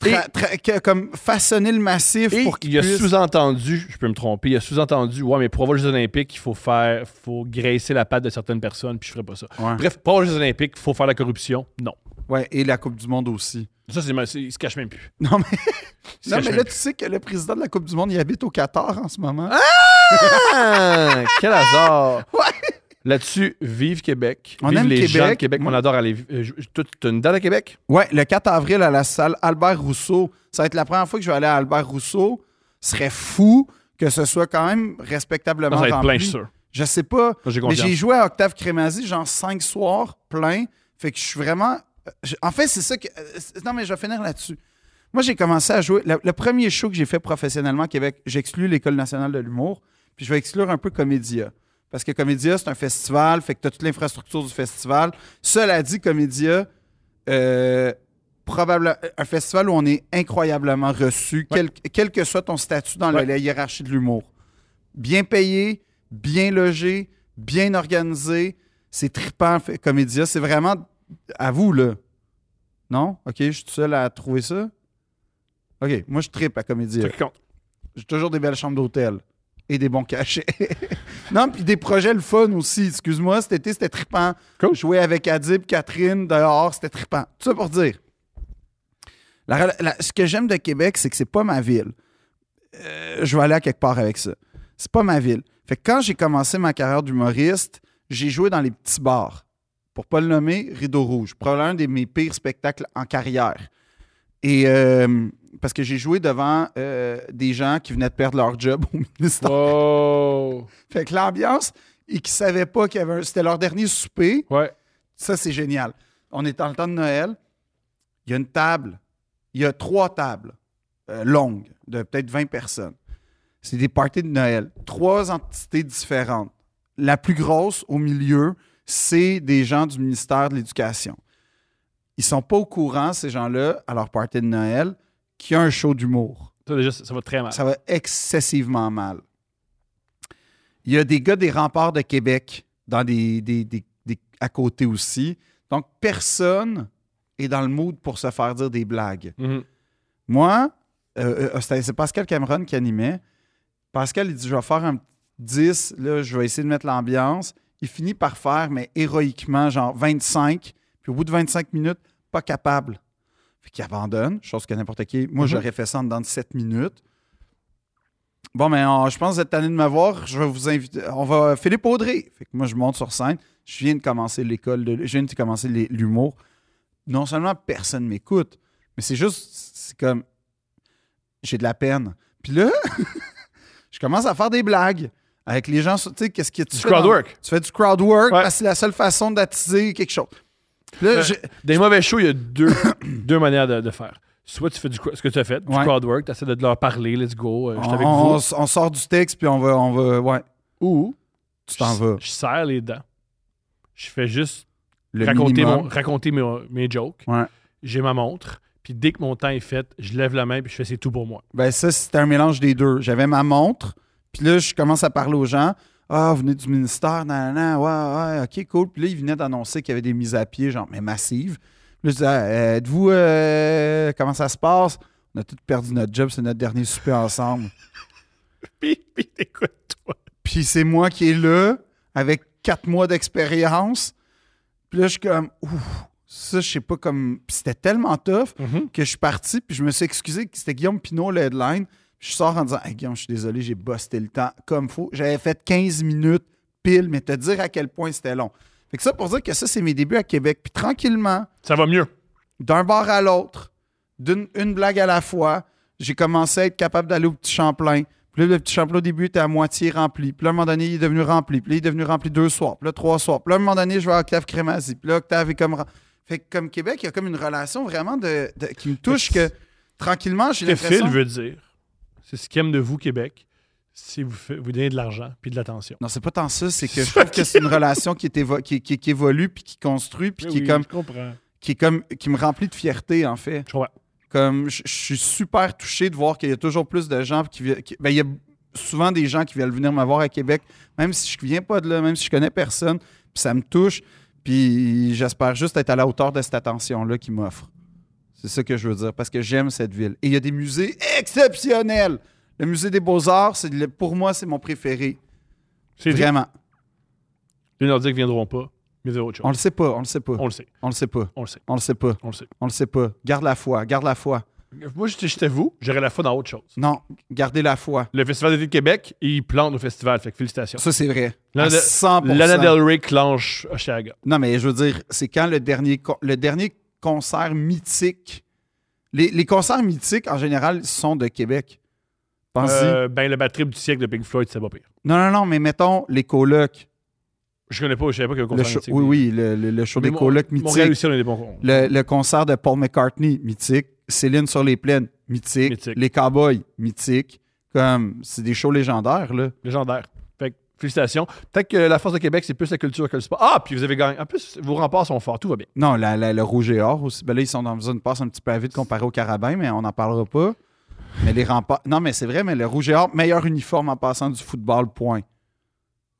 Speaker 2: tra- tra- que- comme façonner le massif
Speaker 1: Et
Speaker 2: pour qu'il
Speaker 1: il a
Speaker 2: puisse.
Speaker 1: sous-entendu, je peux me tromper, il a sous-entendu, ouais, mais pour avoir les Jeux Olympiques, il faut faire, faut graisser la patte de certaines personnes, puis je ferais pas ça.
Speaker 2: Ouais.
Speaker 1: Bref, pour avoir les Jeux Olympiques, il faut faire la corruption. Non.
Speaker 2: Ouais, et la Coupe du Monde aussi.
Speaker 1: Ça, c'est, c'est- il se cache même plus.
Speaker 2: Non, mais,
Speaker 1: Il se
Speaker 2: non,
Speaker 1: cache
Speaker 2: mais
Speaker 1: même
Speaker 2: là, tu sais que le président de la Coupe du Monde, il habite au Qatar en ce moment.
Speaker 1: Hein? Ah, quel hasard! Là-dessus, vive Québec.
Speaker 2: On
Speaker 1: vive
Speaker 2: aime
Speaker 1: les
Speaker 2: Québec.
Speaker 1: gens de Québec. On
Speaker 2: Moi-
Speaker 1: adore aller. euh, je- je- toi, T'as une date à Québec?
Speaker 2: Ouais, le 4 avril à la salle Albert Rousseau. Ça va être la première fois que je vais aller à Albert Rousseau. Ce serait fou que ce soit quand même respectablement
Speaker 1: Non, ça va être
Speaker 2: rempli.
Speaker 1: plein, je suis sûr.
Speaker 2: Je sais pas.
Speaker 1: Moi, J'ai
Speaker 2: Mais
Speaker 1: confiance.
Speaker 2: j'ai joué à Octave Crémazie, genre cinq soirs plein. Fait que je suis vraiment. euh, je- En fait, c'est ça que. euh, c'est- Non, mais je vais finir là-dessus. Moi, j'ai commencé à jouer. Le, le premier show que j'ai fait professionnellement à Québec, j'exclus l'École nationale de l'humour, puis je vais exclure un peu Comédia. Parce que Comédia, c'est un festival, fait que tu as toute l'infrastructure du festival. Cela dit, Comédia, euh, probable, euh, un festival où on est incroyablement reçu, quel, quel que soit ton statut dans la-
Speaker 1: Ouais.
Speaker 2: la hiérarchie de l'humour. Bien payé, bien logé, bien organisé. C'est trippant, fait- Comédia. C'est vraiment à vous, là. Non? OK, je suis tout seul à trouver ça? OK, moi, je trippe à Comédia.
Speaker 1: Ça qui compte.
Speaker 2: J'ai toujours des belles chambres d'hôtel et des bons cachets. non, puis des projets le fun aussi. Excuse-moi, cet été, c'était trippant.
Speaker 1: Cool.
Speaker 2: Jouer avec Adib, Catherine, dehors, c'était trippant. Tout ça pour dire. la rela- la- ce que j'aime de Québec, c'est que c'est pas ma ville. Euh, je vais aller à quelque part avec ça. C'est pas ma ville. Fait que quand j'ai commencé ma carrière d'humoriste, j'ai joué dans les petits bars. Pour pas le nommer, Rideau Rouge. Probablement un de mes pires spectacles en carrière. Et euh, parce que j'ai joué devant euh, des gens qui venaient de perdre leur job au ministère.
Speaker 1: Oh!
Speaker 2: Fait que l'ambiance, et qui savaient pas qu'il y avait un- C'était leur dernier souper.
Speaker 1: Ouais.
Speaker 2: Ça, c'est génial. On est dans le temps de Noël. Il y a une table. Il y a trois tables euh, longues de peut-être 20 personnes. C'est des parties de Noël. Trois entités différentes. La plus grosse au milieu, c'est des gens du ministère de l'Éducation. Ils sont pas au courant, ces gens-là, à leur party de Noël, qu'il y a un show d'humour.
Speaker 1: Ça, déjà, ça ça va très mal.
Speaker 2: Ça va excessivement mal. Il y a des gars des remparts de Québec dans des, des- des- des- à côté aussi. Donc, personne est dans le mood pour se faire dire des blagues.
Speaker 1: Mhm.
Speaker 2: Moi, euh, euh, c'était- c'est Pascal Cameron qui animait. Pascal, il dit Je vais faire un 10, là, je vais essayer de mettre l'ambiance. Il finit par faire, mais héroïquement, genre 25. Puis au bout de 25 minutes, pas capable. Fait qu'il abandonne, chose que n'importe qui. Moi,
Speaker 1: Mhm.
Speaker 2: j'aurais fait ça en dedans de 7 minutes. Bon, mais on- je pense que vous êtes tanné de me voir. Je vais vous inviter. On va. Philippe Audrey. Fait que moi, je monte sur scène. Je viens de commencer l'école. De, je viens de commencer les- l'humour. Non seulement personne m'écoute, mais c'est juste. C'est comme. j'ai de la peine. Puis là, je commence à faire des blagues avec les gens. sur- Tu sais, qu'est-ce que
Speaker 1: Du
Speaker 2: tu fais dans-
Speaker 1: crowd work.
Speaker 2: Tu fais du crowd work
Speaker 1: Ouais.
Speaker 2: parce que c'est la seule façon d'attiser quelque chose. Puis là,
Speaker 1: Euh,
Speaker 2: j'ai-
Speaker 1: Des mauvais shows, il y a deux, deux manières de, de faire. Soit tu fais du, cro- ce que tu as fait, du
Speaker 2: Ouais.
Speaker 1: crowd work, tu essaies de leur parler, let's go, euh, je
Speaker 2: on,
Speaker 1: suis avec vous.
Speaker 2: on s- on sort du texte, puis on va. On va ouais,
Speaker 1: Ou
Speaker 2: tu t'en
Speaker 1: je-
Speaker 2: vas.
Speaker 1: Je serre les dents. Je fais juste
Speaker 2: Le
Speaker 1: raconter,
Speaker 2: minimum.
Speaker 1: mon- raconter mes, mes jokes.
Speaker 2: Ouais.
Speaker 1: J'ai ma montre. Puis dès que mon temps est fait, je lève la main puis je fais c'est tout pour moi.
Speaker 2: Ben ça, c'était un mélange des deux. J'avais ma montre, puis là, je commence à parler aux gens. Ah, vous venez du ministère, nan, nan, nan, ouais, ouais, ok, cool. Puis là, ils venaient d'annoncer qu'il y avait des mises à pied, genre, mais massives. Puis là, je disais, Ah, euh, êtes-vous, euh, comment ça se passe? On a tous perdu notre job, c'est notre dernier souper ensemble.
Speaker 1: Puis, puis écoute-toi.
Speaker 2: Puis c'est moi qui est là, avec quatre mois d'expérience. Puis là, je suis comme, ouf, ça, je sais pas comme. Puis c'était tellement tough que je suis parti, puis je me suis excusé que c'était Guillaume Pinot le headline. Je sors en disant Hey, Guillaume, je suis désolé, j'ai busté le temps comme faut. J'avais fait 15 minutes pile, mais te dire à quel point c'était long. Fait que ça pour dire que ça, c'est mes débuts à Québec. Puis tranquillement,
Speaker 1: Ça va mieux.
Speaker 2: d'un bar à l'autre, d'une une blague à la fois, j'ai commencé à être capable d'aller au petit Champlain. Puis là, le petit Champlain au début était à moitié rempli. Puis là, à un moment donné, il est devenu rempli. Puis là, il est devenu rempli deux soirs. Puis là, trois soirs. Puis là, à un moment donné, je vais à Octave Crémazie. Puis là, Octave est comme. rem- Fait que comme Québec, il y a comme une relation vraiment de, de- qui me touche que tranquillement, j'ai
Speaker 1: Ce que Phil
Speaker 2: l'impression.
Speaker 1: veut dire, c'est ce qu'il aime de vous, Québec, si vous, fait- vous donnez de l'argent puis de l'attention.
Speaker 2: Non, c'est pas tant ça, c'est que
Speaker 1: C'est
Speaker 2: je trouve
Speaker 1: ça
Speaker 2: que c'est une relation qui, est évo- qui, qui- qui évolue, puis qui construit, puis
Speaker 1: Mais
Speaker 2: qui,
Speaker 1: oui,
Speaker 2: est comme,
Speaker 1: Je comprends.
Speaker 2: qui est comme. qui me remplit de fierté, en fait.
Speaker 1: Je comprends.
Speaker 2: Comme je je suis super touché de voir qu'il y a toujours plus de gens qui, vi- qui- ben, il y a souvent des gens qui veulent venir me voir à Québec, même si je viens pas de là, même si je connais personne, puis ça me touche, puis j'espère juste être à la hauteur de cette attention-là qu'ils m'offrent. C'est ça que je veux dire, parce que j'aime cette ville. Et il y a des musées exceptionnels. Le musée des Beaux-Arts, c'est le- pour moi, c'est mon préféré.
Speaker 1: C'est dit,
Speaker 2: Vraiment.
Speaker 1: les Nordiques viendront pas, mais il y a autre chose.
Speaker 2: On le sait pas, on le sait pas.
Speaker 1: On le sait,
Speaker 2: On le sait pas.
Speaker 1: on le sait,
Speaker 2: On le sait pas.
Speaker 1: on le sait.
Speaker 2: On le sait pas. Garde la foi, garde la foi.
Speaker 1: Moi, j'étais j'étais vous, j'aurais la foi dans autre chose.
Speaker 2: Non, gardez la foi.
Speaker 1: Le Festival d'été de Québec, il plante au festival, fait que félicitations.
Speaker 2: Ça, c'est vrai.
Speaker 1: Lana
Speaker 2: À
Speaker 1: Del-
Speaker 2: 100%.
Speaker 1: Lana Del Rey clenche Oshaga.
Speaker 2: Non, mais je veux dire, c'est quand le dernier, con- le dernier concert mythique. Les, les concerts mythiques, en général, sont de Québec. Pensez.
Speaker 1: Euh, ben, le batterie du siècle de Pink Floyd, c'est pas pire.
Speaker 2: Non, non, non, mais mettons les colocs.
Speaker 1: Je connais pas, je savais pas qu'il y avait un
Speaker 2: Le
Speaker 1: concert
Speaker 2: show-
Speaker 1: mythique.
Speaker 2: oui, oui, le, le- le show
Speaker 1: Mais
Speaker 2: des
Speaker 1: Mon-
Speaker 2: colocs
Speaker 1: Montréal
Speaker 2: mythique.
Speaker 1: aussi, on est des bons.
Speaker 2: Le, le concert de Paul McCartney, mythique. Céline sur les plaines, mythique.
Speaker 1: Mythique.
Speaker 2: Les Cowboys, mythique. Comme, c'est des shows légendaires, là.
Speaker 1: Légendaire. Fait que, félicitations. Peut-être que la force de Québec, c'est plus la culture que le sport. Ah, puis vous avez gagné. En plus, vos remparts sont forts, tout va bien.
Speaker 2: Non, la- la- le rouge et or aussi. Ben là, ils sont dans une passe un petit peu vite comparé au carabin, mais on n'en parlera pas. Mais les remparts. Non, mais c'est vrai, mais le rouge et or, meilleur uniforme en passant du football, point.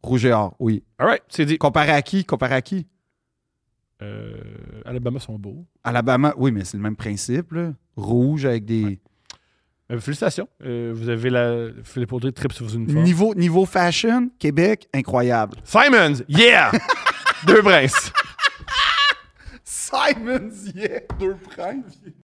Speaker 2: Rouge et or, oui.
Speaker 1: All right, c'est dit.
Speaker 2: Comparé à qui Comparé à qui
Speaker 1: Euh, Alabama sont beaux.
Speaker 2: Alabama, oui, mais c'est le même principe, là. Rouge avec des.
Speaker 1: Euh, félicitations. Euh, vous avez la Philippe Audrey trip sur vos uniformes.
Speaker 2: Niveau, niveau fashion, Québec, incroyable.
Speaker 1: Simons, yeah! Deux princes.
Speaker 2: Simons, yeah, deux princes.